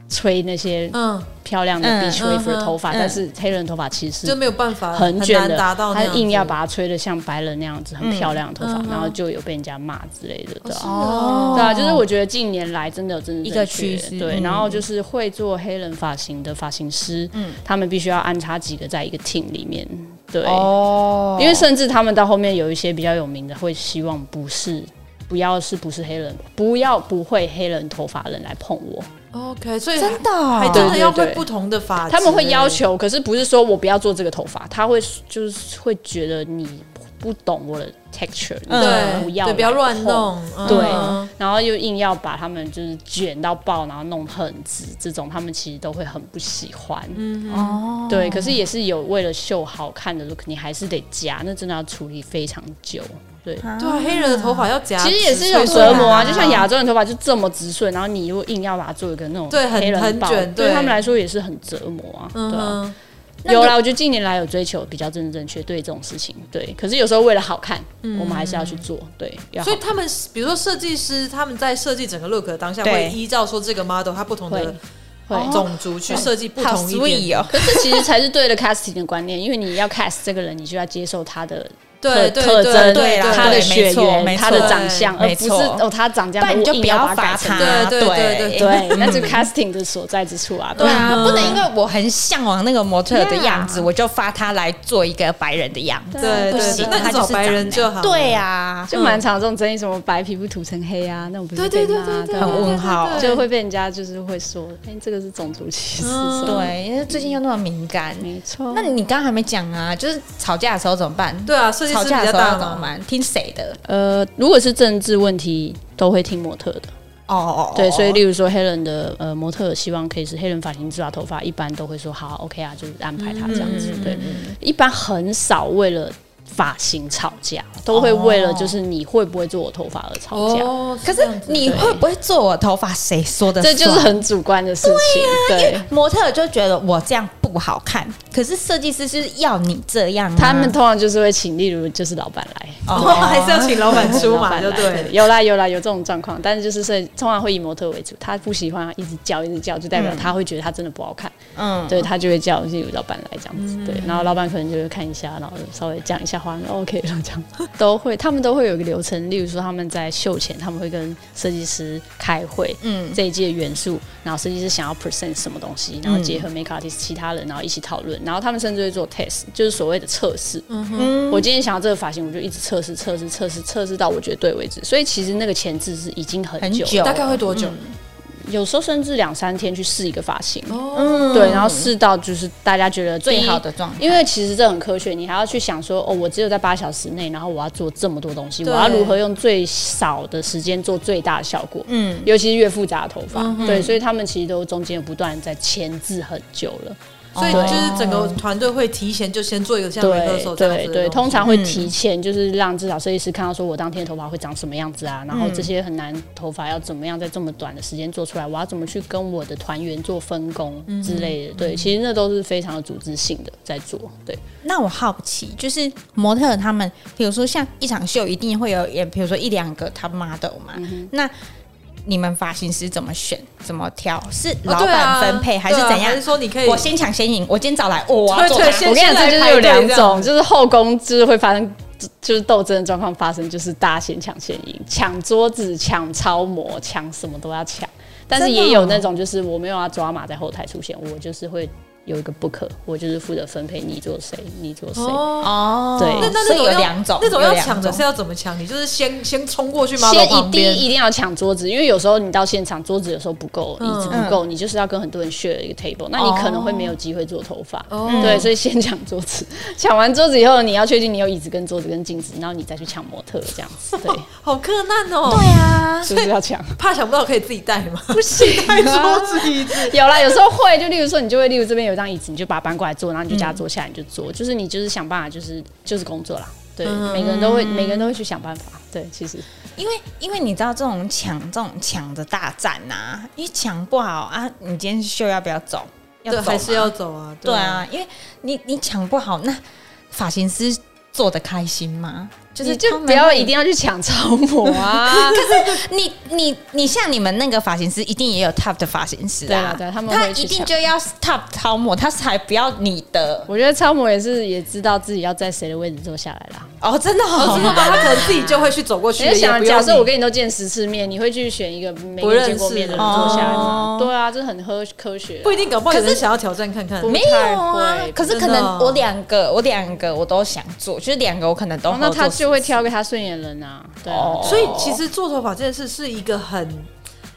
C: 吹那些
B: 嗯，
C: 漂亮的
A: 嗯
C: beach wave
B: 嗯
C: 的头发，
A: 嗯
C: 但是黑人头发其实
B: 就是没有办法，
C: 很卷
B: 难
C: 的，啊
B: 达到那
C: 他
B: 样子，
C: 硬要把它吹的像白人那样子，很
A: 嗯
C: 漂亮的头发
B: 嗯，嗯
C: 然后就有被人家骂之类的，对啊。
B: 哦
C: 对啊，就是我觉得近年来真的有真的
A: 一个趋势
C: 对，
A: 嗯
C: 然后就是会做黑人发型的发型师，嗯，他们必须要安插几个在一个 team 里面，对，
A: 哦
C: 因为甚至他们到后面有一些比较有名的，会希望不是不要是不是黑人，不要不会黑人头发人来碰我，
B: OK，所以
A: 真的哦
B: 还真的啊要
C: 对
B: 会
C: 对对
B: 不同的发质，
C: 他们会要求，可是不是说我不要做这个头发，他会就是会觉得你不懂我的 texture，你
B: 嗯对，
C: 嗯不要
B: 对，不要
C: 来
B: 乱
C: 碰
B: 弄，嗯
C: 对，然后又硬要把他们就是卷到爆，然后弄很直，这种他们其实都会很不喜欢。
B: 嗯
A: 哦，
C: 对，可是也是有为了秀好看的 look，你还是得夹，那真的要处理非常久。对，
B: 对啊，黑人的头发要夹直，
C: 其实也是一
B: 所以
C: 种
B: 说
C: 折磨啊，
A: 对啊
C: 就像亚洲人头发就这么直顺，然后你如果硬要把它做一个那种
B: 对很
C: 黑人爆
B: 很卷
C: 对
B: 对
C: 他们来说也是很折磨啊。
B: 嗯
C: 对啊，
B: 哼，
C: 有啦，我觉得近年来有追求比较政治正确，对这种事情，对。可是有时候为了好看，
B: 嗯
C: 我们还是要去做，对。要好
B: 所以他们比如说设计师，他们在设计整个 look 的当下，
A: 对
B: 会依照说这个 model 它不同的
C: 会会
B: 种族去设计不
A: 好
B: 同一点
A: sweet 哦，
C: 可是其实才是对的 casting 的观念，因为你要 cast 这个人，你就要接受他的
B: 对
C: 特
B: 对
C: 特征、
B: 对对啦
C: 他的
A: 对
C: 血
A: 没错
C: 缘、
A: 没
C: 他的
B: 错
C: 长相，而
A: 没
C: 不是
A: 错
C: 哦他长这
A: 不
C: 样，
A: 然你就
C: 我硬
A: 不
C: 要把它
A: 罚
C: 改成
A: 他，
C: 这样
B: 对对对对
C: 对，那是 casting 的所在之处啊。
A: 对啊，
B: 嗯
A: 不能因为我很向往那个模特的样子，
C: Yeah
A: 我就发他来做一个白人的样子。
B: 对
A: 不
B: 对
A: 行
B: 对，，那
A: 他
B: 你
A: 就
B: 找
A: 是
B: 白
A: 长
B: 人就
A: 那
B: 好，
A: 样。对啊呀，
C: 就蛮常有这种争议，什么白皮肤涂成黑啊，那种不是
B: 对对
C: 被
B: 对
C: 骂
B: 对对，
C: 啊
A: 很问号
B: 对对对
C: 就会被人家就是会说，哎，这个是种族歧视什么的，
A: 对，因为最近又那么敏感。
C: 没错。
A: 那你刚刚还没讲啊，就是吵架的时候怎么办？
B: 对啊，设计
A: 吵
B: 师
A: 架
B: 比
A: 的
B: 较
A: 时候要
B: 大
A: 怎么
B: 嘛，
A: 办？听谁的？
C: 呃，如果是政治问题，都会听模特的。
A: 哦哦，哦
C: 对，所以例如说黑人的呃模特，希望可以是黑人发型师啊，头发一般都会说好 OK 啊，就是安排他这样子。对，一般很少为了发型吵架，都会为了就是你会不会做我头发而吵架。
B: 哦，
A: 可
B: 可
A: 是
B: 是
A: 你会不会做我头发？谁说的
C: 这
A: 算？
C: 就是很主观的事情，对
A: 模特就觉得我这样不好看，可是设计师是要你这样啊。
C: 他们通常就是会请，例如就是老板 <laughs> 来，
A: <laughs>
B: 哦， <laughs> 还是要请老板出
C: 老
B: 嘛，
C: 板
B: 就
C: 来
B: 对。
C: 有啦有啦有这种状况，但是就是设通常会以模特为主，他不喜欢一直叫一直叫，就代表他会觉得他真的不好看，
A: 嗯，
C: 对他就会叫就是有老板来这样子，对，然后老板可能就会看一下，然后稍微讲一下话，OK 了这样，都会，他们都会有一个流程，例如说他们在秀前，他们会跟设计师开会，嗯，这一季的元素，然后设计师想要 present 什么东西，然后结合 make artist 其他人，然后一起讨论，然后他们甚至会做 test，就是所谓的测试，嗯哼，我今天想要这个发型，我就一直测试测试测试测试到我觉得对为止，所以其实那个前置是已经很
A: 很
C: 久，
A: 久，
B: 大概会多久？
A: 嗯
C: 有时候甚至两三天去试一个发型，嗯
B: 哦，
C: 对，然后试到就是大家觉得
A: 最
C: 第一
A: 好的状态。
C: 因为其实这很科学，你还要去想说，哦，我只有在八小时内，然后我要做这么多东西，我
B: 对
C: 要如何用最少的时间做最大的效果？嗯，尤其是越复杂的头发，
B: 嗯
C: 对，所以他们其实都中间不断在前置很久了。
B: 所以就是整个团队会提前就先做一个像维克手
C: 对
B: 这样子
C: 对
B: 的
C: 对，
B: 东西
C: 通常会提前就是让至少设计师看到说我当天的头发会长什么样
B: 嗯
C: 子啊，然后这些很难头发要怎么样在这么短的时间做出来，我要怎么去跟我的团员做分工之类的。
B: 嗯
C: 对，其实那都是非常有组织性的在做。对，
A: 那我好奇，就是模特儿他们，比如说像一场秀，一定会有也，比如说一两个 top model 嘛。
B: 嗯
A: 那你们发型师怎么选、怎么挑？是
B: 哦
A: 老
B: 对啊
A: 板分配、还是
B: 对啊
A: 怎样？
B: 还是说你可以
A: 我先抢先赢，我今天早来，我要做
B: 对对
A: 它
B: 先
C: 我跟你讲，
B: 来
C: 这就是
B: 排
C: 有
B: 队这
C: 两
B: 样
C: 种，
B: 子
C: 就是后宫就是会发生，就是斗争的状况发生，就是大家先抢先赢，抢桌子、抢超模、抢什么都要抢。但是
A: 真的
C: 也有那
A: 哦
C: 种，就是我没有要抓马在后台出现，我就是会有一个 book，我就是负责分配你做谁，你做谁。
B: 哦，
A: 哦
C: 对
B: 那那
A: 所
B: 那
A: 以
B: 种
A: 有
B: 要
A: 两种，
B: 那种要抢
A: 有两
B: 的
A: 种
B: 是要怎么抢？你就是先先冲过去吗？
C: 先一
B: 旁
C: 定
B: 边
C: 一定要抢桌子，因为有时候你到现场桌子有时候不够，椅子
A: 嗯
C: 不够，你就是要跟很多人 share 一个 table，那你可能会没有机会做头发。
B: 哦
C: 对，所以先抢桌子， <laughs> 抢完桌子以后，你要确定你有椅子跟桌子跟镜子，然后你再去抢模特这样子。对，
B: 好困难哦，
A: 对啊，
C: 就是要
B: <laughs>
C: 抢。
B: 怕抢不到可以自己带吗？
C: 不行、
B: 带桌子椅子，
C: 有啦，有时候会，就例如说，你就会，例如这边有一张椅子，你就把它搬过来坐，然后你就叫他
B: 嗯
C: 坐下来，你就坐，就是你就是想办法，就是就是工作啦。对，
B: 嗯
C: 每个人都会，每个人都会去想办法。对，其实
A: 因为因为你知道这种抢这种抢的大战呐、你抢不好啊，你今天秀要不要走？要
B: 对，
A: 走
B: 还是
A: 吗
B: 要走啊？
A: 对，啊，因为你你抢不好，那发型师做的开心吗？就
C: 就是是就
A: 他们
C: 不要
A: 会
C: 一定要去抢超模啊。
A: <laughs> 你你你像你们那个发型师，一定也有 top 的发型师
C: 对
A: 啊
C: 啦，对他们
A: 他
C: 会去
A: 一定
C: 抢
A: 就要 top 超模，他才不要你的
C: 我觉得超模也是也知道自己要在谁的位置坐下来啦。
A: 哦，真的
B: 哦，
A: 哦
B: 真的吗？他可能自己就会去走过去
C: 你就
B: 了，也
C: 哎想，
B: 不
C: 假
B: 要
C: 设我
B: 你。
C: 跟你都见十次面，你会去选一个没
B: 不认识
C: 见过面的人
B: 的
C: 坐下来
A: 哦
C: 吗？对啊，这很科科学啊。
B: 不一定，搞不好有人想要挑战看看。
C: 不
A: 没
C: 太
A: 有啊
C: 会。
A: 可是可
B: 真的
A: 能
B: 哦
A: 我两个，我两个我都想做，就是两个我可能都
C: 哦那
A: 合作
C: 他就会
A: 十次
C: 挑个他顺眼人啊。对啊
A: 哦
B: 所以其实做头发这件事是一个很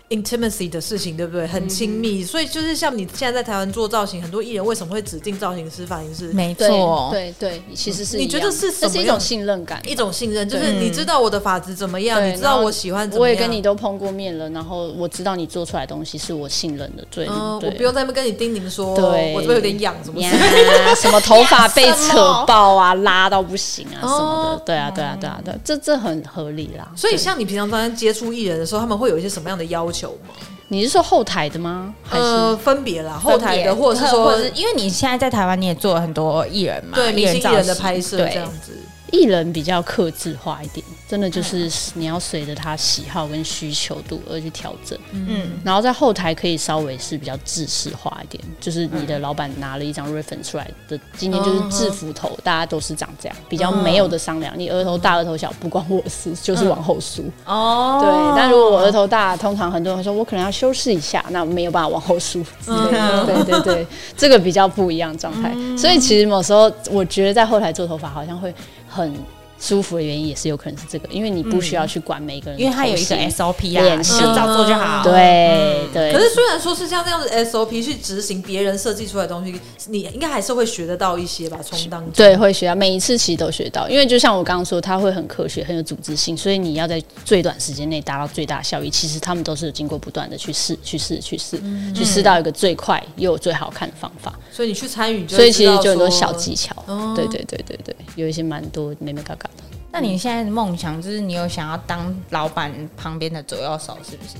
B: intimacy 的事情，对不对？
C: 嗯
B: 很亲密。所以就是像你现在在台湾做造型，很多艺人为什么会指定造型师、发型师？
A: 没
C: 对
A: 错，
C: 对对，其实是
B: 你
C: 一
B: 觉
C: 样
B: 得是什
C: 这是
B: 么
C: 一
B: 样
C: 种信任感。
B: 一种信任，就是
A: 对
B: 你知道我的发质怎么样，
C: 对
B: 你知道
C: 然后
B: 我喜欢怎么样。
C: 我也跟你都碰过面了，然后我知道你做出来的东西是我信任的，对
B: 嗯，
C: 对
B: 我不用在那边跟你叮咛说，
C: 对
B: 哦我这边有点痒，什么之类的 <laughs>
C: 呀，什么头发被
A: 什
C: 扯
A: 么
C: 爆啊，拉到不行啊什么
B: 哦
C: 的，对啊对啊对啊对啊，这这很合理啦。
B: 所以，像你平常在接触艺人的时候，他们会有一些什么样的要求吗？
C: 你是说后台的吗？还是
B: 呃，分别啦，后台的，或者是
A: 呃或
B: 说
A: 者是因为你现在在台湾你也做了很多艺人嘛，
B: 对明星艺
A: 造
B: 人的
A: 型
B: 拍摄
A: 对
B: 这样子。
C: 艺人比较克制化一点？真的
B: 嗯
C: 就是你要随着他喜好跟需求度而去调整。
A: 嗯，
C: 然后在后台可以稍微是比较制式化一点，就是你的老板拿了一张 reference 出来的，今天就是制服头，大家都是长这样，比较没有的商量。你额头大、额头小不关我的事，就是往后梳。
A: 哦，
C: 对，但如果我额头大，通常很多人会说我可能要修饰一下，那没有办法往后梳之类的。嗯对对对，这个比较不一样的状态。所以其实某时候我觉得在后台做头发好像会很舒服的原因，也是有可能是这个，因为你不需要去管每一个人的
A: 因
C: 头型，
A: 为它有一个 SOP 啊，
C: 脸
A: 你
C: 型
A: 就照做就
C: 嗯
A: 好。
C: 对对。
B: 可是虽然说是像这样的 SOP 去执行别人设计出来的东西，你应该还是会学得到一些吧，从当中。
C: 对，会学到，每一次其实都学到，因为就像我刚刚说，它会很科学，很有组织性，所以你要在最短时间内达到最大效益。其实他们都是有经过不断的去试、去试、去试、去试到一个最快又最好看的方法。
B: 所以你去参与就会知道说，
C: 所以其实就很多小技巧
B: 哦，
C: 对对对对对，有一些蛮多美美嘎嘎的。
A: 那你现在的梦想就是你有想要当老板旁边的左右手，是不是？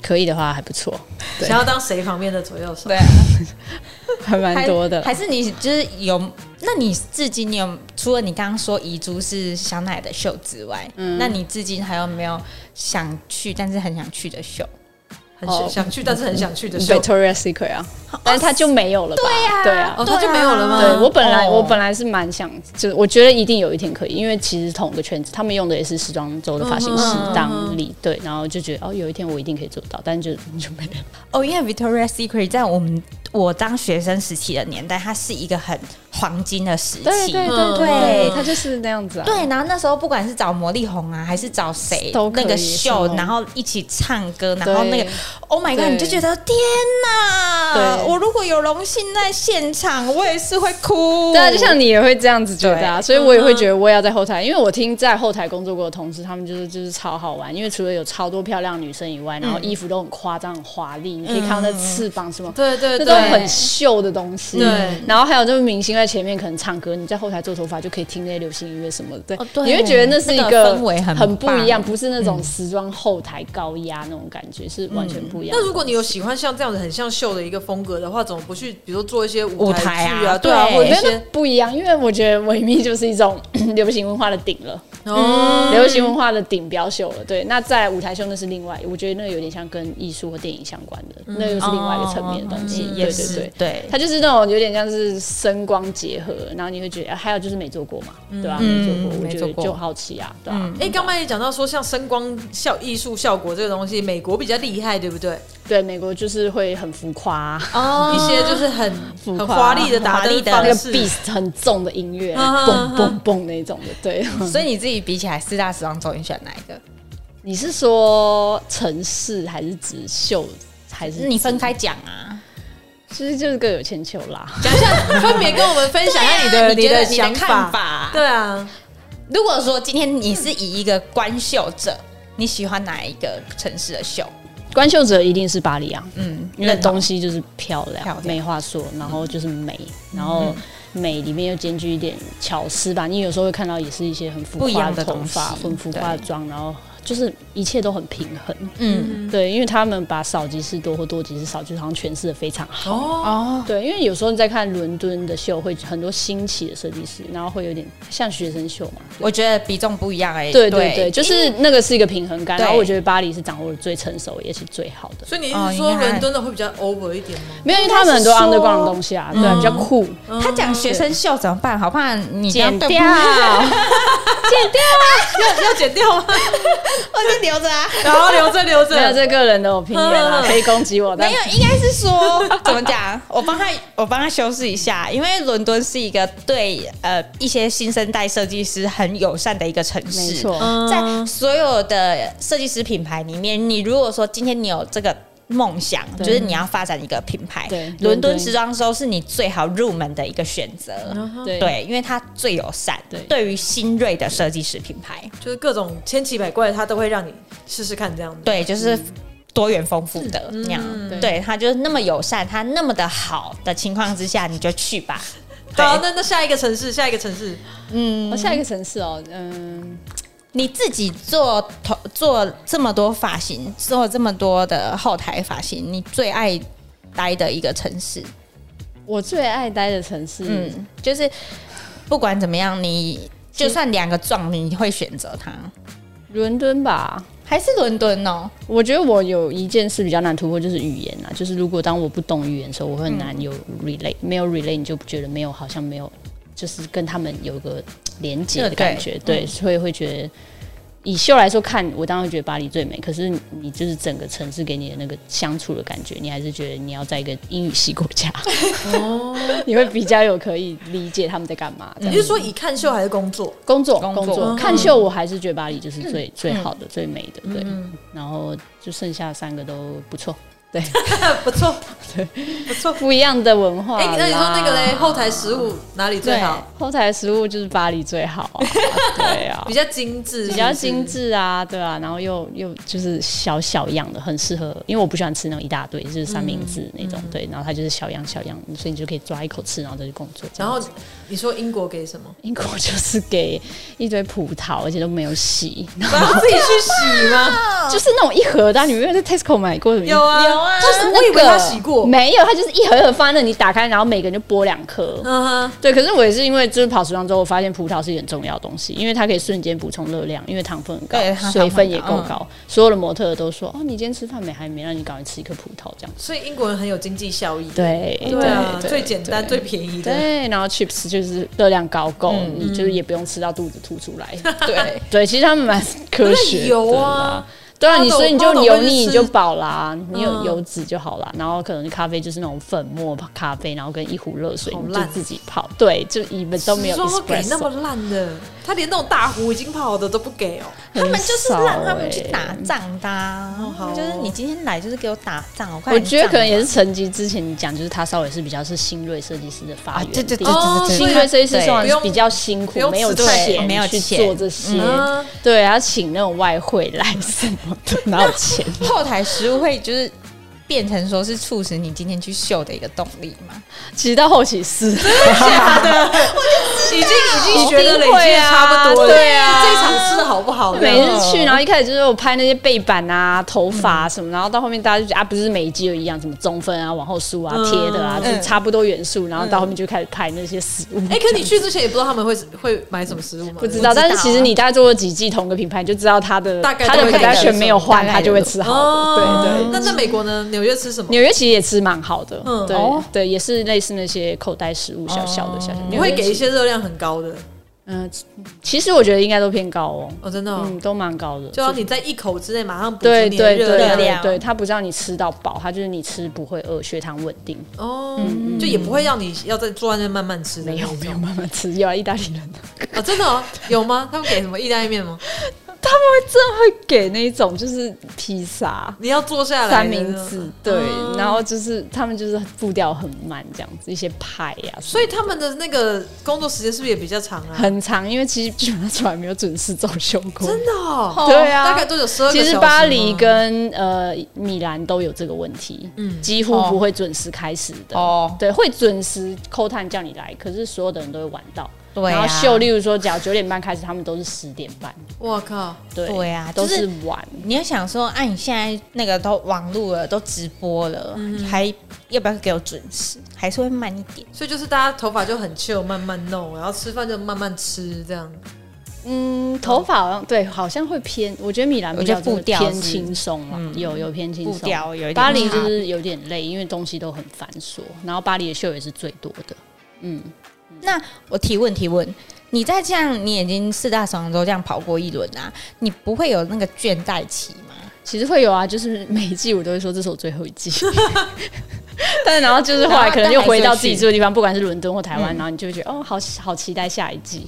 C: 可以的话还不错，对
B: 想要当谁旁边的左右手？
A: 对啊，
C: 还蛮多的啦。
A: 还是你就是有？那你至今你有除了你刚刚说遗珠是香奈儿的秀之外，
C: 嗯
A: 那你至今还有没有想去但是很想去的秀？
B: 很想
C: 哦
B: 想去，但是很想去
C: <laughs>
B: 的时候，
C: Victoria Secret 啊，但是它就没有了吧？对啊，
B: 哦，他就没有了吗？
A: 对啊
C: 对我本来、
A: 哦
C: 我本来是蛮想，就我觉得一定有一天可以，因为其实同个圈子，他们用的也是时装周的发型师当理、对，然后就觉得哦，有一天我一定可以做到，但就就没了。
A: 哦，因为 Victoria Secret 在我们我当学生时期的年代，它是一个很黄金的时期。
C: 嗯
B: 对
A: 对
C: 他就是那样子啊。
A: 对，然后那时候不管是找魔力红啊，还是找谁
C: 都可
A: 那
C: 以
A: 个秀
C: 什，么
A: 然后一起唱歌，然后那个
C: 对
A: Oh my God，
C: 对
A: 你就觉得天哪！
C: 对
A: 我如果有荣幸在现场，我也是会哭。
C: 对啊，就像你也会这样子觉得啊，
A: 对
C: 所以我也会觉得我也要在后台，因为我听在后台工作过的同事，他们就是就是超好玩，因为除了有超多漂亮的女生以外，然后衣服都很夸张、很华丽，你可以看到那翅膀什么，
B: 对对
C: 那都
B: 对，
C: 很秀的东西。
B: 对
C: 然后还有就是明星在前面可能唱歌，你在后台做头发就可以听那些流行音乐什么的，
A: 哦对
C: 你会觉得那是一
A: 那个氛围很
C: 很不
A: 棒嗯
C: 一样，不是那种时装后台高压那种感觉，是完全不一样的东西。
B: 那如果你有喜欢像这样子很像秀的一个风格的话，怎么不去，比如说做一些
A: 舞
B: 舞
A: 台
B: 台
A: 啊
B: 剧啊，对啊，
A: 对
B: 或者
C: 没
B: 一
C: 有那
B: 些
C: 不一样，因为我觉得维密就是一种流行文化的顶了，
A: 嗯
B: 哦，
C: 流行文化的顶标秀了。对，那在舞台秀那是另外，我觉得那个有点像跟艺术或电影相关的，那又是另外一个层面的东西。
A: 嗯
C: 对
A: 也
C: 对
A: 是
C: 对，
A: 对。
C: 它就是那种有点像是声光结合，然后你会觉得，啊还有就是没做过嘛，对吧、
B: 嗯
C: 没做过，我
B: 没
C: 觉
B: 做
C: 得
B: 过
C: 就好奇啊，对吧、
B: 哎、刚才也讲到说，像声光效艺术效果这个东西，美国比较厉害，对不对？
C: 对，美国就是会很浮夸、啊
B: 哦，一些就是很
C: 浮
B: 很
C: 夸
B: 华
C: 啊
B: 丽的打
A: 华丽
B: 灯
A: 的
C: 那
B: 方
C: 个
B: 式，
C: beat 很重的音乐，
B: 啊
C: 蹦蹦蹦那种的。对， <laughs>
A: 所以你自己比起来，四大时装周你选哪一个？
C: 你是说城市还是指秀？还是
A: 你分开讲啊，
C: 其实就是各有千秋啦。
B: 讲一下，分别跟我们分享一
C: 啊
B: 下啊你的、
A: 你觉
B: 的
A: 得你的
B: 想
A: 看。法。
B: 对啊，
A: 如果说今天你是以一个观秀者，你喜欢哪一个城市的秀？
C: 观秀者一定是巴黎啊，
A: 嗯，
C: 因为
A: 认同
C: 东西就是漂亮，
A: 漂亮嗯
C: 没话说，然后就是美，然后美里面又兼具一点巧思吧。你有时候会看到也是一些很浮
A: 不一
C: 夸
A: 样的
C: 头发，
A: 东西
C: 很浮夸的妆，然后就是一切都很平衡。
A: 嗯
C: 对，因为他们把少即是多或多即是少，就是好像诠释的非常好。
B: 哦，
A: 哦，
C: 对，因为有时候你在看伦敦的秀，会很多新奇的设计师，然后会有点像学生秀嘛。
A: 我觉得比重不一样哎、
C: 对对对，就是那个是一个平衡感。
A: 对
C: 然后我觉得巴黎是掌握的最成熟，也是最好的。
B: 所以你
A: 哦
B: 是
A: 你
B: 说
A: 看
B: 伦敦的会比较 over 一点吗？
C: 没有，因为他们很多
A: 应该是说嗯
C: underground 的东西啊，对啊，比较酷，
A: 他讲学生秀怎么办？好怕你这样
C: 剪
A: 对
C: 掉，
A: 不
C: 剪
A: 起，<laughs>
C: <laughs> 掉。啊
B: 要要剪
C: <laughs>
B: 掉吗？
A: 我就留着啊。
B: 然后哦留着 <laughs> 留
C: 没有
B: 着，
C: 这个人的 opinion 啦，
B: 嗯
C: 可以攻击我，但
A: <laughs> 没有，应该是说 <laughs> 怎么讲？我帮他，我帮他修饰一下，因为伦敦是一个对呃一些新生代设计师很友善的一个城市。
C: 没错，
A: 在所有的设计师品牌里面，你如果说今天你有这个梦想，就
C: 对
A: 是你要发展一个品牌，
C: 对
A: 伦
C: 伦
A: 敦
C: 敦
A: 时装周是你最好入门的一个选择。
C: 对
A: 对，因为它最友善，
C: 嗯对
A: 对于新锐的设计师品牌，
B: 就是各种千奇百怪，他都会让你试试看这样子。
C: 嗯
A: 对，就是多元丰富的那样。
C: 对
A: 对，它就是那么友善，它那么的好的情况之下，你就去吧。
B: 好，
A: 对，
B: 那那下一个城市，下一个城市，
A: 嗯
C: 我，下一个城市哦，嗯，
A: 你自己做头做这么多发型，做这么多的后台发型，你最爱待的一个城市，
C: 我最爱待的城市，
A: 嗯，就是不管怎么样，你就算两个撞，你会选择它，
C: 伦敦吧。
A: 还是伦敦哦？
C: 我觉得我有一件事比较难突破，就是语言啊。就是如果当我不懂语言的时候，我会很难有 relate，、没有 relate 你就觉得没有，好像没有，就是跟他们有个连接的感觉。
A: 对
C: 对，所以会觉得以秀来说看，我当然会觉得巴黎最美。可是你就是整个城市给你的那个相处的感觉，你还是觉得你要在一个英语系国家， <laughs>
B: 哦
C: 你会比较有可以理解他们在干嘛。这样
B: 你是说以看秀还是嗯工作？
C: 工作
A: 工
C: 工
A: 作
C: 作
A: 嗯
C: 看秀，我还是觉得巴黎就是最、最好的、最美的，对。然后就剩下三个都不错，对，
B: 不错，不错。
C: 不一样的文化啦。
B: 哎、那你说那个嘞，后台食物哪里最好？
C: 后台食物就是巴黎最好、啊，
B: <laughs>
C: 对啊
B: 比，较精致，
C: 比较
B: 是不是
C: 精。致啊，对啊，然后又又就是小小样的，很适合，因为我不喜欢吃那种一大堆，就是三明治那
B: 嗯
C: 种，对。然后它就是小样小样，所以你就可以抓一口吃，然后再去工作。这
B: 然
C: 样
B: 后
C: 子
B: 你说英国给什么？
C: 英国就是给一堆葡萄，而且都没有洗，
B: <laughs>
C: 然后
B: 然后自己去洗吗？
C: <laughs> 就是那种一盒的啊、你们有在 Tesco 买过什么？
B: 有啊，有啊
C: 就是那个
B: 我以为他洗过。
C: 没有，它就是一盒一盒放在那里，打开，然后每个人就剥两颗。
B: 嗯哼，
C: 对，可是我也是因为就是跑时装之后，我发现葡萄是一个很重要的东西，因为它可以瞬间补充热量，因为糖分很
A: 对
C: 高，
A: 它
C: 水分也
A: 糖分
C: 够
A: 很高
B: 嗯
C: 高。所有的模特都说：“哦，你今天吃饭没？还没？让你赶快吃一颗葡萄这样。
B: 所以英国人很有经济效益。”
C: 对
B: 对啊，
C: 对
B: 最简单、最嗯
C: 对
B: 便宜的。
C: 对，然后 chips 就是热量高够，你就是也不用吃到肚子凸出来。 <laughs>
A: 对，
C: <laughs> 对，其实他们蛮科学的啦
B: 油啊。
C: 对啊，
B: 包
C: 你
B: 的
C: 所以你
B: 包
C: 就
B: 的
C: 油
B: 会是
C: 腻你
B: 吃
C: 就饱啦，你有
B: 嗯
C: 油脂就好啦。然后可能咖啡就是那种粉末咖啡，然后跟一壶热水，
B: 好
C: 你就
B: 烂
C: 自己泡。对，就一本都没
B: 时
C: 有
B: 装会给那么
C: espresso，
B: 烂的，他连那种大壶已经泡好的都不给哦。
A: 他们就是让他们去
C: 很少
A: 打
C: 欸
A: 仗的啊、
B: 好哦
A: 就是你今天来就是给我打仗，我看
C: 我觉得可能也是成绩之前你讲，就是他稍微是比较是新锐设计师的发
A: 啊，
C: 源
A: 对对
C: 地
A: 对
B: 哦
A: 对对，
B: 所
C: 新
B: 以
A: 对
C: 锐设计师通
B: 不
C: 常是
B: 用
C: 比较辛
B: 不
C: 苦
B: 用，
C: 没有
B: 吃对
C: 钱，
A: 没有
C: 去
A: 钱
C: 做这些，
B: 嗯
C: 对，要请那种外汇来什么的，哪有钱？
A: 后台食物会就是变成说是促使你今天去秀的一个动力嘛？
C: 其实到后期是，
A: 假的，我就知
B: 已经已经
C: 一
B: 觉得累
C: 定会
B: 积的
C: 啊
B: 差不多了。
C: 对啊
B: 这一场吃的好不好？
C: 每次
B: 嗯
C: 去，然后一开始就是我拍那些背板啊、头发啊什么，然后到后面大家就觉得啊，不是每一季都一样，什么中分啊、往后梳啊、
B: 嗯
C: 贴的啊，就
B: 嗯
C: 是差不多元素，然后到后面就开始拍那些食物。
B: 哎，可你去之前也不知道他们会会买什么食物吗？
C: <laughs> 不知道，
A: 不知道
C: 但是其实你大概做了几季同个品牌，你就知道它的
B: 大概
C: 它的
B: 都会
C: production 没有换，
A: 大概
C: 它就会吃好的。对对，
B: 哦那在美国呢？纽约吃什么？
C: 纽约其实也吃蛮好的
B: 嗯，
C: 对
A: 哦
C: 对，也是类似那些口袋食物，小小的小小。
B: 哦你
C: 纽约
B: 会给一
C: 其？
B: 些热量很高的
C: 嗯，其实我觉得应该都偏高哦，
B: 哦，真的哦，
C: 嗯，都蛮高的。
B: 就要你在一口之内马上补足
C: 对
B: 你的
C: 对对
B: 热量
A: 量
C: 对对，它不是让你吃到饱，它就是你吃不会饿，血糖稳定。
B: 哦，就也不会让你要在坐在那慢慢吃的
C: 没
B: 那
C: 有
B: 种。
C: 嗯没有慢慢吃， <laughs> 有啊，意大利人
B: 啊，真的哦，有吗？他们给什么意大利
C: <laughs>
B: 面吗？
C: 真的会给那种就是披萨。
B: 你要坐下来
C: 三明
B: 的
C: 治
B: 那种
C: 对，
B: 嗯
C: 然后就是他们就是步调很慢，这样子一些派呀、啊，
B: 所以他们的那个工作时间是不是也比较长啊？
C: 很长，因为其实基本上从来没有准时走休过。
B: 真的哦，
C: 对啊
B: 大概都有十二个小
C: 其
B: 时
C: 实
B: 吗。
C: 巴黎跟呃米兰都有这个问题，
B: 嗯
C: 几乎不会准时开始的。
A: 哦，
C: 对，会准时扣探叫你来，可是所有的人都会晚到。
A: 对
C: 然
A: 啊，
C: 后秀，例如说，假如九点半开始，他们都是十点半。
B: 我靠，
C: 对，
A: 对啊
C: 都
A: 就是
C: 是晚。
A: 你要想说，哎、啊，你现在那个都网路了，都直播了，
C: 嗯
A: 还要不要给我准时？还是会慢一点。
B: 所以就是大家头发就很 chill，慢慢弄，然后吃饭就慢慢吃，这样。
C: 嗯，头发好像对，好像会偏。我觉得米兰
A: 我觉得
C: 比较
A: 步调
C: 偏
A: 是
C: 轻松嘛，有有偏轻
A: 步
C: 松。
A: 调有一点
C: 巴黎
A: 差
C: 就是有点累，因为东西都很繁琐，然后巴黎的秀也是最多的。嗯，
A: 那我提问提问，你在这样你已经四大常州这样跑过一轮啊，你不会有那个倦怠期吗？
C: 其实会有啊，就是每一季我都会说这是我最后一 <laughs> 季，但是然后就是后来可能又回到自己住的地方，不管是伦敦或台湾，然后你就会觉得哦，好好期待下一季，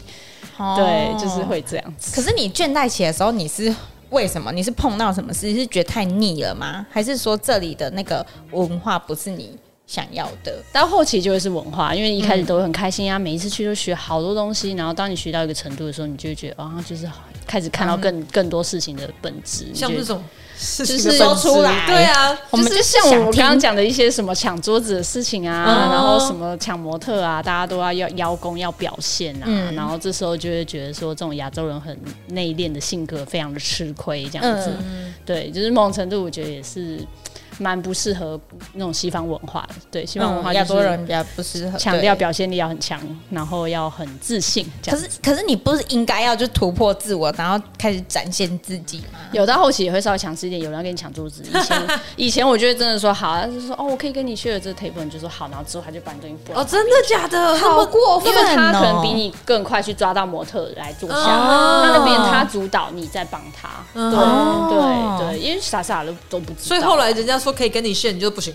C: 对，就是。会这样子。
A: 可是你倦怠期的时候，你是为什么？你是碰到什么事？你是觉得太腻了吗？还是说这里的那个文化不是你想要的？
C: 到后期就会是文化，因为一开
A: 嗯
C: 始都会很开心啊，每一次去都学好多东西，然后当你学到一个程度的时候，你就会觉得啊、就是开始看到
A: 嗯
C: 更、更多事情的本质，你
B: 像
C: 就
B: 这种事
C: 就
B: 情
C: 是
B: 的本质
A: 说出来
B: 对啊，
C: 我们
A: 就
C: 就是像
A: 想
C: 我
A: 听嗯
C: 刚刚讲的一些什么抢桌子的事情啊，
B: 哦
C: 然后什么抢模特啊，大家都要要邀功要表现啊，
A: 嗯
C: 然后这时候就会觉得说，这种亚洲人很内敛的性格非常的吃亏，这样子，
A: 嗯
C: 对，就是某种程度我觉得也是蛮不适合那种西方文化的，对，西方文化
A: 亚
C: 就是
A: 洲人比较嗯不适合
C: 强调
A: 对
C: 表现力要很强，然后要很自信，这
A: 可
C: 样
A: 是，可是你不是应该要就突破自我，然后开始展现自己吗？
C: 有到后期也会稍微强势一点，有人要跟你抢桌子。以前 <laughs> 以前我就会真的说好，他就说哦，我可以跟你 share 这个 table，你就说好，然后之后他就把你东西不
B: 哦，真的假的？他们
A: 过哦
C: 因为他可能比
A: 你
C: 你更快去抓到模特来做项目，
B: 哦
C: 那那边他主导，你在帮他。
B: 嗯
A: 哦
C: 对对对，因为傻傻的都不知道。
B: 所以后来，人家说可以跟你炫，你就不行。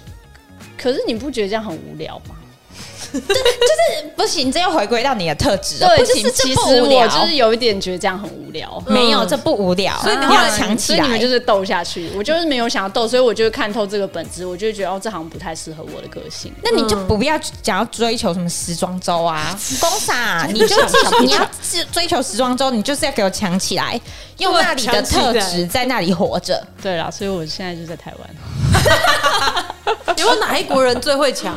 C: 可是你不觉得这样很无聊吗？
A: 不行，这要回归到你的特质了。
C: 对，
A: 不
C: 就
A: 行
C: 是
A: 这
C: 其
A: 不
C: 实
A: 无
C: 我
A: 聊
C: 就是有一点觉得这样很无聊。
A: 没有，
B: 嗯
A: 这不无聊，
B: 所以你
A: 你要
B: 后来
A: 强起
C: 嗯所
A: 来。
C: 以你们就是斗下去，我就是没有想要斗，所以我就看透这个本质，我就觉得哦，这好像不太适合我的个性。
A: 那你就不要想要追求什么时装周啊，嗯 <laughs> 公傻、你就
C: 想
A: 是
C: 想
A: 你要是追求时装周，你就是要给我强起来，用那里的特
B: 强起
A: 质在那里活着。
C: 对啦，所以我现在就在台湾。
B: 有没有哪一国人最会抢？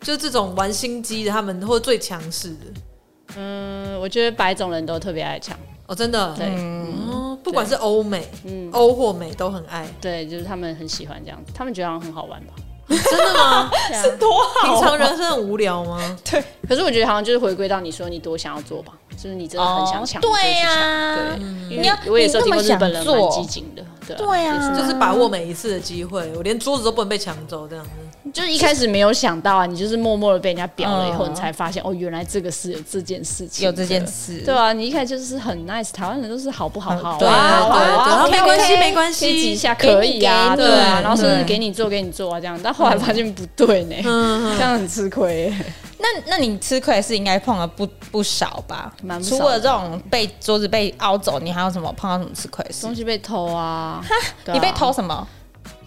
B: 就是这种玩心机的，他们或者最强势的
C: 嗯，我觉得白种人都特别爱抢，
B: 哦，真的，
C: 对、嗯
B: 哦，不管是欧美、欧或美都很
C: <laughs>
B: 爱，
C: 对，就是他们很喜欢这样子，他们觉得好像很好玩吧。
B: 真的吗？
C: 对啊
A: 多
B: 平常人是很无聊吗？
C: 哦可是我觉得好像就是回归到你说你多想要做吧，就是你真的很想抢、
A: 对呀、
C: 呀、
A: 啊，
C: 对，
A: 你
C: 因为
A: 要
C: 我也是有听过
A: 你
C: 日
A: 那么
C: 本人
A: 想
C: 蛮
A: 做
C: 激进的，对啊
A: 对啊
C: 也
B: 就是把握每一次的机会，我连桌子都不能被抢走，这样子。
C: 是就是一开始没有想到啊，你就是默默的被人家表了以后，
A: 嗯
C: 你才发现哦，原来这个是有这件事情，
A: 有这件。事，
C: 对啊，你一开始就是很 nice，台湾人都是好不好好
A: 对
C: 啊，
A: 啊
C: 好啊，
B: 对
C: 好啊
B: 啊没关系，
A: OK，OK
B: 没关
C: 先挤一
B: 系。
C: 下可以啊，
A: 给你给
C: 对
A: 你
C: 啊，然后甚至
A: 对
C: 给你做给你做啊这样，但后来发现不对呢，
B: 嗯，
C: 这样很吃亏
A: <laughs>
C: 耶。
A: 那那你吃亏的事应该碰了不不少吧？
C: 蛮不少
A: 除
C: 的
A: 了这种被桌子被凹走，你还有什么碰到什么吃亏的事
C: 东？西被偷啊，对
A: <laughs>
C: 啊
A: 你被偷什么？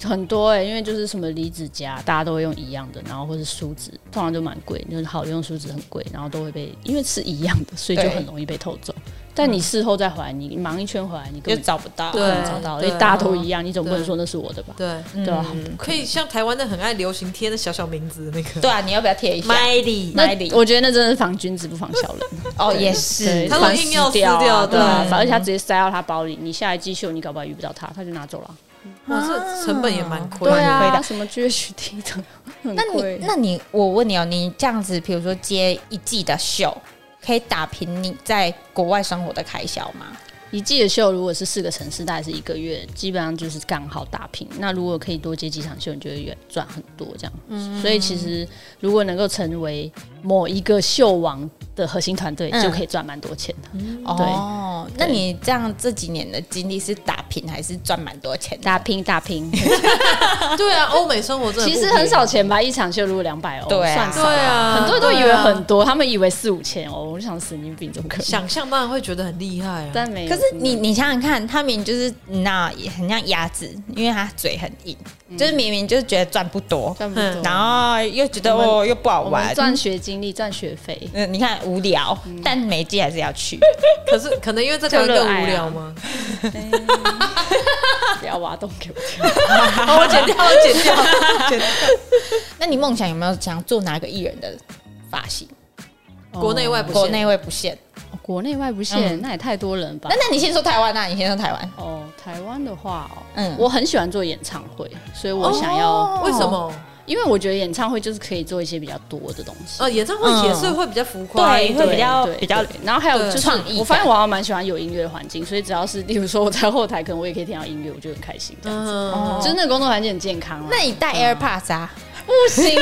C: 很多哎、因为就是什么离子夹，大家都会用一样的，然后或是梳子，通常就蛮贵，就是好用梳子很贵，然后都会被，因为是一样的，所以就
A: 对
C: 很容易被偷走。但你事后再还，你忙一圈回来，你根
A: 就
C: 本
A: 找不到。
B: 对
C: 找到了，
B: 对
C: 因为大家都一样，你总不能说那是我的吧？
B: 对，
C: 对吧？
B: 可以像台湾的很爱流行贴那小小名字的那个
A: 对啊，你要不要贴一下？
B: Miley，
C: 那
A: 哪里
C: 我觉得那真的是防君子不防小人，
A: 哦，也 <laughs>
C: 对
A: 是
B: 他，
C: 反
B: 说
C: 正
B: 硬要撕
C: 啊
B: 掉
C: 对
B: 对
C: 啊，而且他直接塞到他包里，你下一季秀你搞不好也遇不到他，他就拿走了。
B: 哇，这成本也蛮贵
C: 对
B: 的。
A: 蛮亏
C: 啊，
A: 的
C: 什么 GHD 的，很
A: 那
C: 贵
A: 你那你我问你哦，你这样子，比如说接一季的秀，可以打平你在国外生活的开销吗？
C: 一季的秀如果是四个城市，大概是一个月，基本上就是刚好打平。那如果可以多接几场秀，你就会越赚很多这样。所以其实如果能够成为某一个秀王的核心团队，
A: 嗯
C: 就可以赚蛮多钱的。
A: 哦，那你这样这几年的经历是打平还是赚蛮多钱的？
C: 打拼打拼，
B: 对啊，欧美生活真的不
C: 其实
B: 便宜
C: 很少。钱吧，一场秀如果两百欧，
A: 对啊
C: 算
B: 对
C: 少。
B: 啊，
C: 很多人都以
B: 对
C: 为
B: 啊
C: 很多，他们以为四五千哦，我就想神经病，怎么可能？
B: 想象当然会觉得很厉害啊。
C: 但没有。
A: 可是你你想想看，他明明就是那也很像鸭子，因为他嘴很硬，就是明明就是觉得赚不多，
C: 赚不
B: 嗯
C: 多，
A: 然后又觉得
C: 我们
A: 哦又不好
C: 我
A: 玩
C: 们，赚学经历，赚学费，
A: 嗯，你看无聊，
B: 嗯
A: 但每季还是要去。
B: 可是可能因为这个
C: 就
B: 更
C: 热爱啊
B: 无聊吗？
C: 不要挖洞给我跳。
B: <laughs> 好我剪掉，我剪掉。
A: <laughs> 那你梦想有没有想做哪个艺人的发型？
B: 国内外不限啊
A: 国内外不限。
C: 哦国内外不限，那也太多人吧
A: 那？那你先说台湾啊，你先说台湾。
C: 哦，台湾的话、哦，
A: 嗯
C: 嗯，我很喜欢做演唱会，所以我想要，
A: 哦
B: 为什么？
C: 因为我觉得演唱会就是可以做一些比较多的东西。
B: 呃，演唱会也是会比较浮夸一
A: 对，
B: 点，
A: 会比较
C: 对
A: 比较
C: 对然后还有
B: 对
C: 就是
A: 创意感
C: 我发现我好像蛮喜欢有音乐的环境，所以只要是， <laughs> 例如说我在后台，可能我也可以听到音乐，我就很开心。这样子，
B: 嗯，
C: 就是那个工作环境很健康啦。啊
A: 那你戴 AirPods 啊？
C: 不行 <laughs> 啊，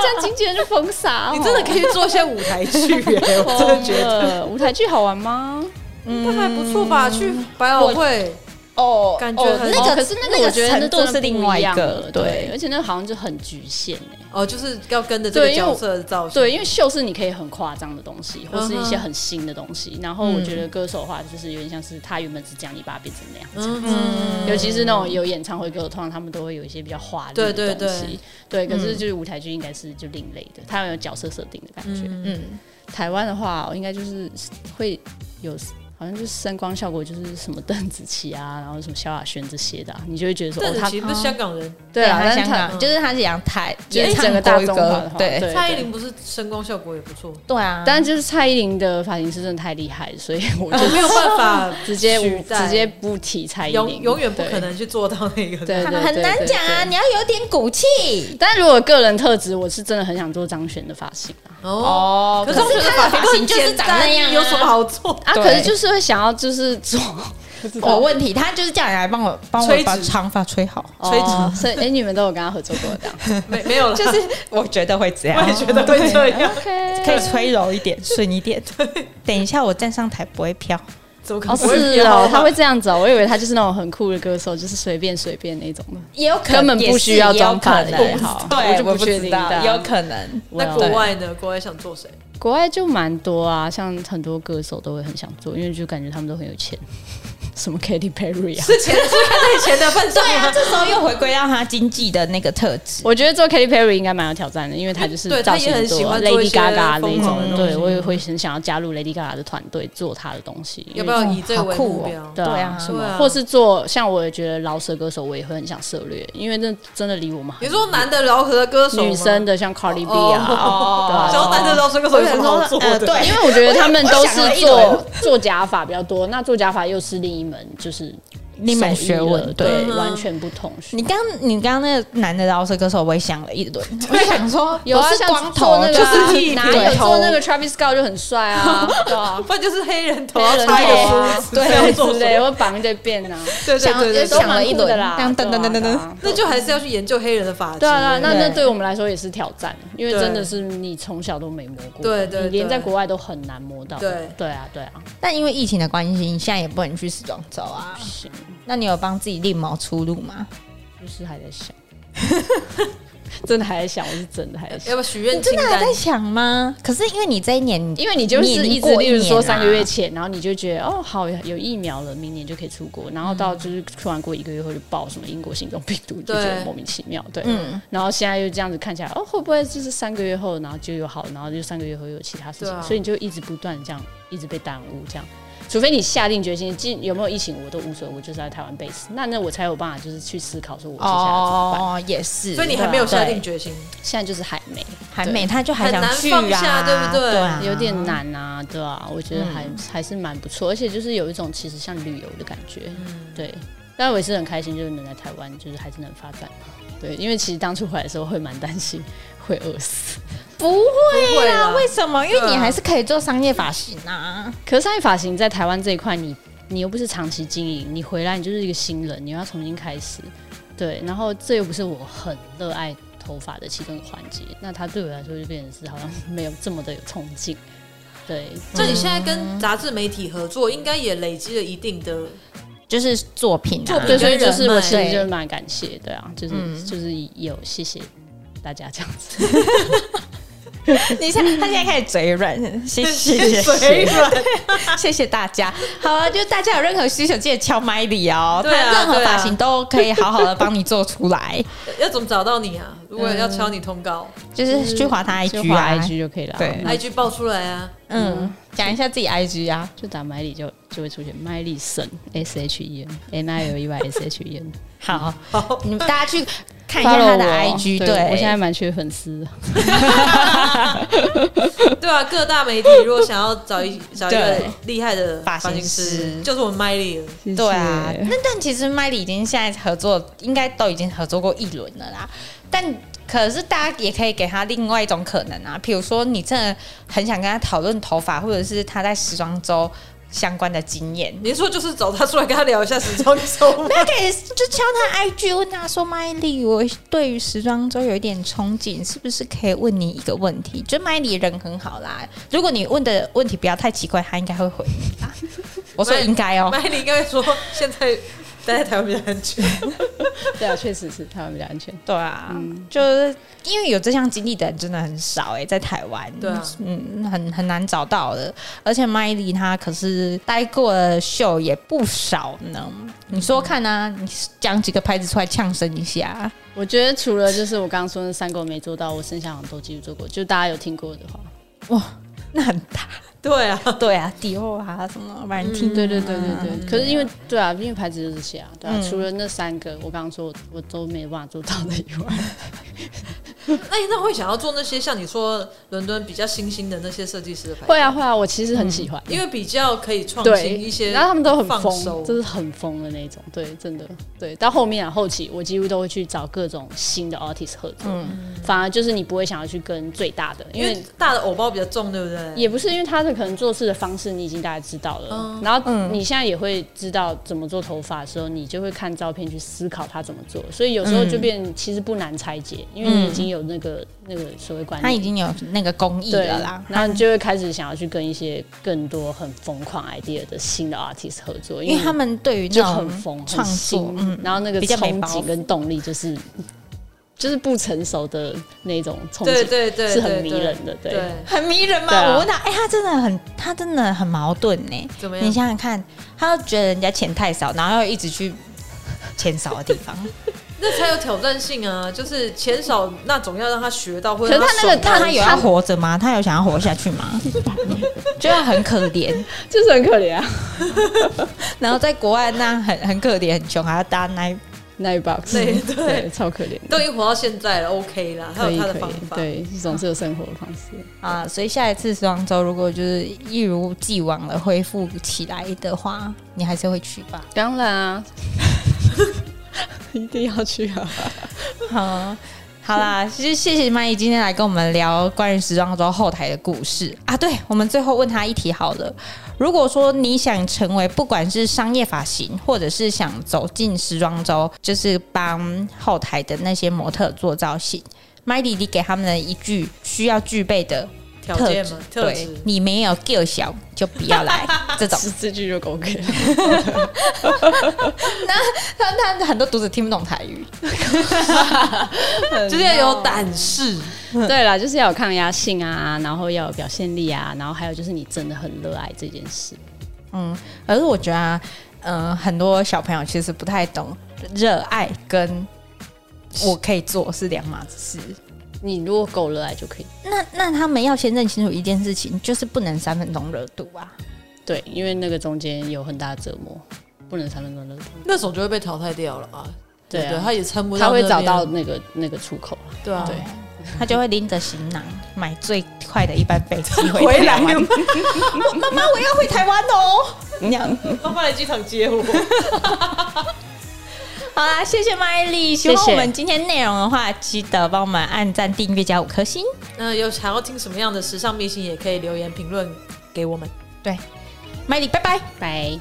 C: 这样经纪人就封杀哦。
B: 你真的可以做一些舞台剧
A: <laughs>
B: 哎，我真
C: 疯
B: 的觉得
C: 了？舞台剧好玩吗？
B: 那还不错吧？去百老汇，
A: 哦
B: 感觉
A: 哦
B: 很
A: 那
C: 哦
A: 个
C: 可是那
A: 那
C: 个我觉得那
A: 程度
C: 真的
A: 是另外一
C: 不样
A: 个
C: 了，对，
A: 对。
C: 而且那好像就很局限哎。
B: 哦，就是要跟着这个
C: 对因为
B: 角
C: 我
B: 色的造型。
C: 对，因为秀是你可以很夸张的东西，或是一
A: 嗯
C: 些很新的东西。然后我觉得歌手的话，就是有点像是他原本是这样，你把它变成那样。
B: 嗯，
C: 尤其是那种有演唱会歌手，通常他们都会有一些比较华丽
B: 对
C: 的
B: 对
C: 东西。对，可
A: 嗯
C: 是就是舞台剧应该是就另类的，它有角色设定的感觉。
A: 嗯，
C: 台湾的话，哦应该就是会有。好像就是声光效果，就是什么邓紫棋啊，然后什么萧亚轩这些的啊、你就会觉得说，
B: 邓
C: 哦，
B: 紫
C: 他
B: 棋不是香港人，
C: 对啊，
A: 他
C: 但是
A: 香
C: 他
A: 港就是他是讲台，
C: 就
A: 嗯
C: 是
A: 也唱
C: 整个大众
A: 国语歌
C: 化的话
A: 对
C: 对
B: 蔡依林不是声光效果也不错，
A: 对啊。
C: 但就是蔡依林的发型师真的太厉害，所以我就
B: 我
A: 哦
B: 没有办法
A: <laughs>
C: 直接
B: 取
C: 无
B: 代
C: 直接不提蔡依
B: 永
C: 林，
B: 永远不
C: 对
B: 可。能去做到那个。
C: 对对对
A: 很难讲啊，。
C: 对对
A: 你要有点骨气
C: 但如果个人特质，我是真的很想做张悬的发型啊，
B: 哦，
A: 哦
B: 可是我觉得
A: 他的发
B: 都
A: 型
B: 很
A: 就是
B: 简
A: 长
B: 单，
A: 那样啊，
B: 有什么好做？ <laughs>
C: 啊
A: 对
C: 可是就是会想要就是
A: <laughs>
C: 做哦
A: 有问题？他就是叫你来帮我帮我
B: 吹
A: 把
B: 直
A: 长发吹好，
B: 垂直
C: 哦所以哎、诶你们都有跟他合作过啊这样
B: 没没有了，
A: 就是 <laughs> 我觉得会这样，
B: <laughs> 我也觉得会这样，
C: ？OK，
A: <laughs> 可以吹柔一点，顺一
B: <laughs>
A: 点。 <laughs> 等一下我站上台不会飘。
B: 怎么可
C: 哦
B: 能不会
C: 是
B: 飘啊，
C: 哦他会这样子哦，我以为他就是那种很酷的歌手，就是随便随便那种的。
A: 也有可
C: 根本不需要装扮
A: 也是也有可能
C: 也好
A: 对，
C: 我就不
A: 不
C: 确
A: 知
C: 定
A: 道
C: 的啊
A: 有可能。
B: 那
C: Well，
B: 国外呢？国外想做谁？
C: 国外就蛮多啊，像很多歌手都会很想做，因为就感觉他们都很有钱， <laughs> 什么 Katy Perry 啊，
B: 是钱是看在钱的份上
A: 对啊，
B: 吗？
A: 这时候又回归到他经济的那个特质。
C: 我觉得做 Katy Perry 应该蛮有挑战的，因为她就是
B: 对
C: 造型
B: 她也很喜
C: 多
B: 欢做一
C: Lady
B: 些
C: Gaga 啊
B: 疯
C: 那
B: 狂的
C: 种，
B: 东
C: 对我也会很想要加入 Lady Gaga 的团队做她的东西，
B: 要不要
C: 因为
B: 以这个为
A: 好酷
B: 目
A: 哦
B: 标？
C: 对
A: 对
C: 啊
A: 啊，
C: 什
B: 对啊
C: 么，或是做像我也觉得饶舌歌手，我也会很想涉猎，因为那真的离我们很
B: 你说男的饶舌歌手吗，
C: 女生的像 Cardi B 啊，
A: 哦
B: 想要男的饶舌歌手有什么好做
A: 呃，
B: 的？
A: 对，因为
C: 因为我觉得他们都
A: 我想了
C: 是
A: 一轮
C: 做做假发比较多，那做假发又是另一门就是
A: 另一门
C: 手艺
A: 学问
C: 了
A: 对
C: 对，
B: 嗯
C: 完全不同学
A: 你刚你刚刚那个男的饶舌歌手，我也想了一轮，我就想
B: <laughs>
A: 说，
C: 有啊，
A: 不是
C: 像
A: 光
C: 做
A: 头
C: 那个
A: 就
C: 啊
A: 是剃
C: 哪
A: 对
C: 有做那个 Travis Scott 就很帅啊，对啊，
B: 不然就是黑人头，
C: 黑人
B: 插一
C: 头
B: 个
C: 啊
B: 梳子，这
C: 对
B: 样做
C: 之
B: 什
C: 类，
B: 么？
C: 我绑一堆辫啊，
B: 对对
A: 想
B: 对对
A: 就想
B: 对，
A: 了一轮
C: 都蛮酷的啦，
A: 这样噔噔噔噔噔
C: 对啊
B: 那就还是要去研究黑人的发质。
C: 对啊，那那
A: 对
C: 对我们来说也是挑战，因为
B: 对
C: 真的是你从小都没摸过，
B: 对对
C: 你连
B: 对
C: 在国外都很难摸到，
B: 对
C: 对啊，对啊，
A: 但因为疫情的关系，你现在也不能去时装周啊
C: 不。行，
A: 那你有帮自己另谋出路吗？
C: 就是还在想，真的还在想，我是真的还在想
B: 要。不要许
A: 你
B: 愿
A: 真
B: 清
A: 的还
B: 单？
A: 在想吗？可是因为你这一年，
C: 因为你就是
A: 你
C: 一
A: 已经
C: 直，
A: 过
C: 例如
A: 年啊
C: 说
A: 啦
C: 三个月前，然后你就觉得哦，好有疫苗了，明年就可以出国，然后到就是
A: 嗯
C: 突然过一个月后就爆什么英国新冠病毒，就觉得
B: 对
C: 莫名其妙，对，
A: 嗯
C: 然后现在又这样子看起来，哦，会不会就是三个月后，然后就有好，然后就三个月后又有其他事情，
B: 对啊
C: 所以你就一直不断这样，一直被耽误这样。除非你下定决心，既有没有疫情我都无所谓，我就是在台湾 base，那那我才有办法就是去思考说我接下来怎么办。
A: 哦，也是，
B: 所以你还没有下定决心，
C: 现在就是还没，
A: 还没，他就还
B: 很
A: 想
B: 难
A: 去
B: 放
A: 啊，
B: 下对不对
A: 啊
C: 有点难啊，对啊，我觉得还、还是蛮不错，而且就是有一种其实像旅游的感觉，对。但我也是很开心，就是能在台湾，就是还是能发展，对。因为其实当初回来的时候会蛮担心 <laughs> 会饿死，
A: 不会啦，
B: 不会啦
A: 为什么？因为
B: 对
A: 你
B: 啊
A: 还是可以做商业发型啊。
C: 可是商业发型在台湾这一块，你你又不是长期经营，你回来你就是一个新人，你又要重新开始，对。然后这又不是我很热爱头发的其中一个环节，那它对我来说就变成是好像没有这么的有冲劲，对。
B: 就你现在跟杂志媒体合作，应该也累积了一定的
A: 就是作品、啊，
B: 作品
C: 对，所
B: 跟
C: 以就
B: 人
C: 是我
B: 脉
C: 其实就是蛮感谢，对啊，就是、就是有谢谢大家这样子， <laughs>
A: 你现在他现在开始嘴软，
C: <laughs>
A: 谢谢谢
B: 水
A: 谢
B: 软，
A: <laughs> 谢谢大家。好啊，就大家有任何需求，记得敲麦里哦，
B: 对啊
A: 他任何
B: 对啊
A: 发型都可以好好的帮你做出来，
C: 啊
B: 要怎么找到你啊？如果要敲你通告
A: 就是去划他
C: 就
A: IG
C: 嗯划
A: 啊
C: IG 就可以了啊，
A: 对
C: 那
B: ，IG 爆出来啊！
A: 嗯，讲一下自己 IG 啊，
C: 就打麦里就就会出现麦丽神 S H E N M I L E Y S H <laughs> E N，
A: 好，
B: 好，
A: 你们大家去看一下他的
C: Follow 我
A: IG，
C: 对
A: 对
C: 我现在蛮缺粉丝的，
A: <laughs>
B: 对啊，各大媒体如果想要找一找一个
A: 对
B: 厉害的发型
A: 发型
B: 师，
A: 师
B: 就是我们麦丽了。
C: 谢谢
A: 对啊，那但其实麦里已经现在合作，应该都已经合作过一轮了啦。但可是大家也可以给他另外一种可能啊，比如说你真的很想跟他讨论头发，或者是他在时装周相关的经验，
B: 你说就是找他出来跟他聊一下时 <laughs> 装周吗？
A: 那可以就敲他 IG 问他说：“麦丽，我对于时装周有一点憧憬，是不是可以问你一个问题？”就麦丽人很好啦，如果你问的问题不要太奇怪，他应该会回你啦。我说应该哦、
B: 麦丽应该会说现在待在台湾比较安全。
C: 对啊，确实是台湾比较安全，
A: 对啊，
C: 嗯
A: 就是因为有这项经历的人真的很少哎、在台湾，
B: 对啊
A: 嗯，很很难找到的。而且麦莉她可是待过的秀也不少呢。你说看啊，你讲几个牌子出来呛声一下，
C: <laughs> 我觉得除了就是我刚刚说那三个我没做到，我剩下好像都几乎做过，就大家有听过的话，
A: 那很大。
B: 对啊，
A: 对啊，迪奥啊，什么 v a l e
C: 嗯对对对对对。可是因为对啊，因为牌子就是这些啊，对啊，除了那三个我刚刚说我我都没有办法做到的以外，
B: 那你那会想要做那些像你说伦敦比较新兴的那些设计师的牌子，
C: 会啊会啊，我其实很喜欢，
B: 嗯因为比较可以创
C: 对
B: 新一些，
C: 然后他们都很
B: 放手
C: 疯，就是很疯的那种，对，真的，对。到后面啊，后期我几乎都会去找各种新的 artist 合作，反而就是你不会想要去跟最大的，
B: 嗯
C: 因
B: 因
C: 为
B: 为大的偶包比较重，对不对？
C: 也不是因为他的可能做事的方式你已经大概知道了，
B: 嗯
C: 然后你现在也会知道怎么做头发的时候，你就会看照片去思考他怎么做，所以有
B: 嗯
C: 时候就变其实不难拆解，因为你已经有那个那个所谓观
A: 他
C: 念
A: 已。经有那个工艺
C: 对
A: 了啦。
C: 然后你就会开始想要去跟一些更多很疯狂 idea 的新的 artist 合作，
A: 因为他们对于
C: 就
A: 那种
C: 很疯、很
A: 创作
C: 新，
A: 嗯，
C: 然后那个
A: 比较没
C: 憧
A: 包
C: 憬
A: 袱
C: 跟动力就是就是不成熟的那种憧
B: 对
C: 憬，
B: 对对，
C: 是很
B: 对
C: 迷
B: 对
C: 人的，对
B: 对，
A: 很迷人吗？
C: 对啊
A: 我问他，哎、他真的很，他真的很矛盾呢、
B: 怎么
A: 你
B: 样？
A: 想想看，他觉得人家钱太少，然后又一直去钱少的地方。
B: 那才有挑战性啊！就是钱少那总要让啊他学到，或
C: 可
B: 者
C: 是他那个
A: 那他有要
C: 他
A: 活着吗？他有想要活下去 <laughs> 吗？就要很可怜，
C: 就是很可怜啊。
A: 然后在国外那很很可怜，很穷，还要搭那
C: 那一 box，
B: 对对
C: 对，超可怜的。
B: 都已经活到现在了，OK 啦，他
C: 可
B: 有
C: 以
B: 他的
C: 可
B: 方
C: 以，
B: 法。
C: 对，总是有生活的方式。
A: 啊。所以下一次时装周如果就是一如既往的恢复起来的话，你还是会去吧？
C: 当然啊，一定要去啊！
A: 好， <laughs> 好啦，其实谢谢麦姨今天来跟我们聊关于时装周后台的故事啊。对，我们最后问她一题好了。如果说你想成为不管是商业发型，或者是想走进时装周，就是帮后台的那些模特做造型，麦迪你给他们的一句需要具备的
B: 条
A: 特
B: 件
A: 质
B: 嘛，，特
A: 对
B: 质。
A: 你没有 g 小就不要来这
B: <laughs>
A: 种。
C: 是这句就 OK 了。
A: 但但很多读者听不懂台语，
B: 就是要有胆识，
C: <laughs> 对啦，就是要有抗压性啊，然后要有表现力啊，然后还有就是你真的很热爱这件事。
A: 嗯，可是我觉得、啊，嗯、很多小朋友其实不太懂热爱跟我可以做是两码子事。
C: 你如果够热爱就可以。
A: <laughs> 那那他们要先认清楚一件事情，就是不能三分钟热度啊。
C: 对，因为那个中间有很大的折磨，不能三分钟热度。
B: 那种就会被淘汰掉了啊。
C: 对啊
B: 对，他也撑不到
C: 他
B: 那
C: 会
B: 边，
C: 找到那个那个出口，
B: 对啊，
C: 对
A: 他就会拎着行囊买最快的一班飞机回
B: 回来
A: 台湾我 <laughs> 妈妈，我要回台湾哦。
D: 那样
B: 妈妈来机场接我。
A: 好啦，谢谢麦丽。喜
C: 谢
A: 欢我们今天内容的话，记得帮我们按赞、订阅、加五颗星。
B: <laughs> 那有想要听什么样的时尚秘辛，也可以留言评论给我们。
A: 对，麦丽，拜拜。
C: 拜。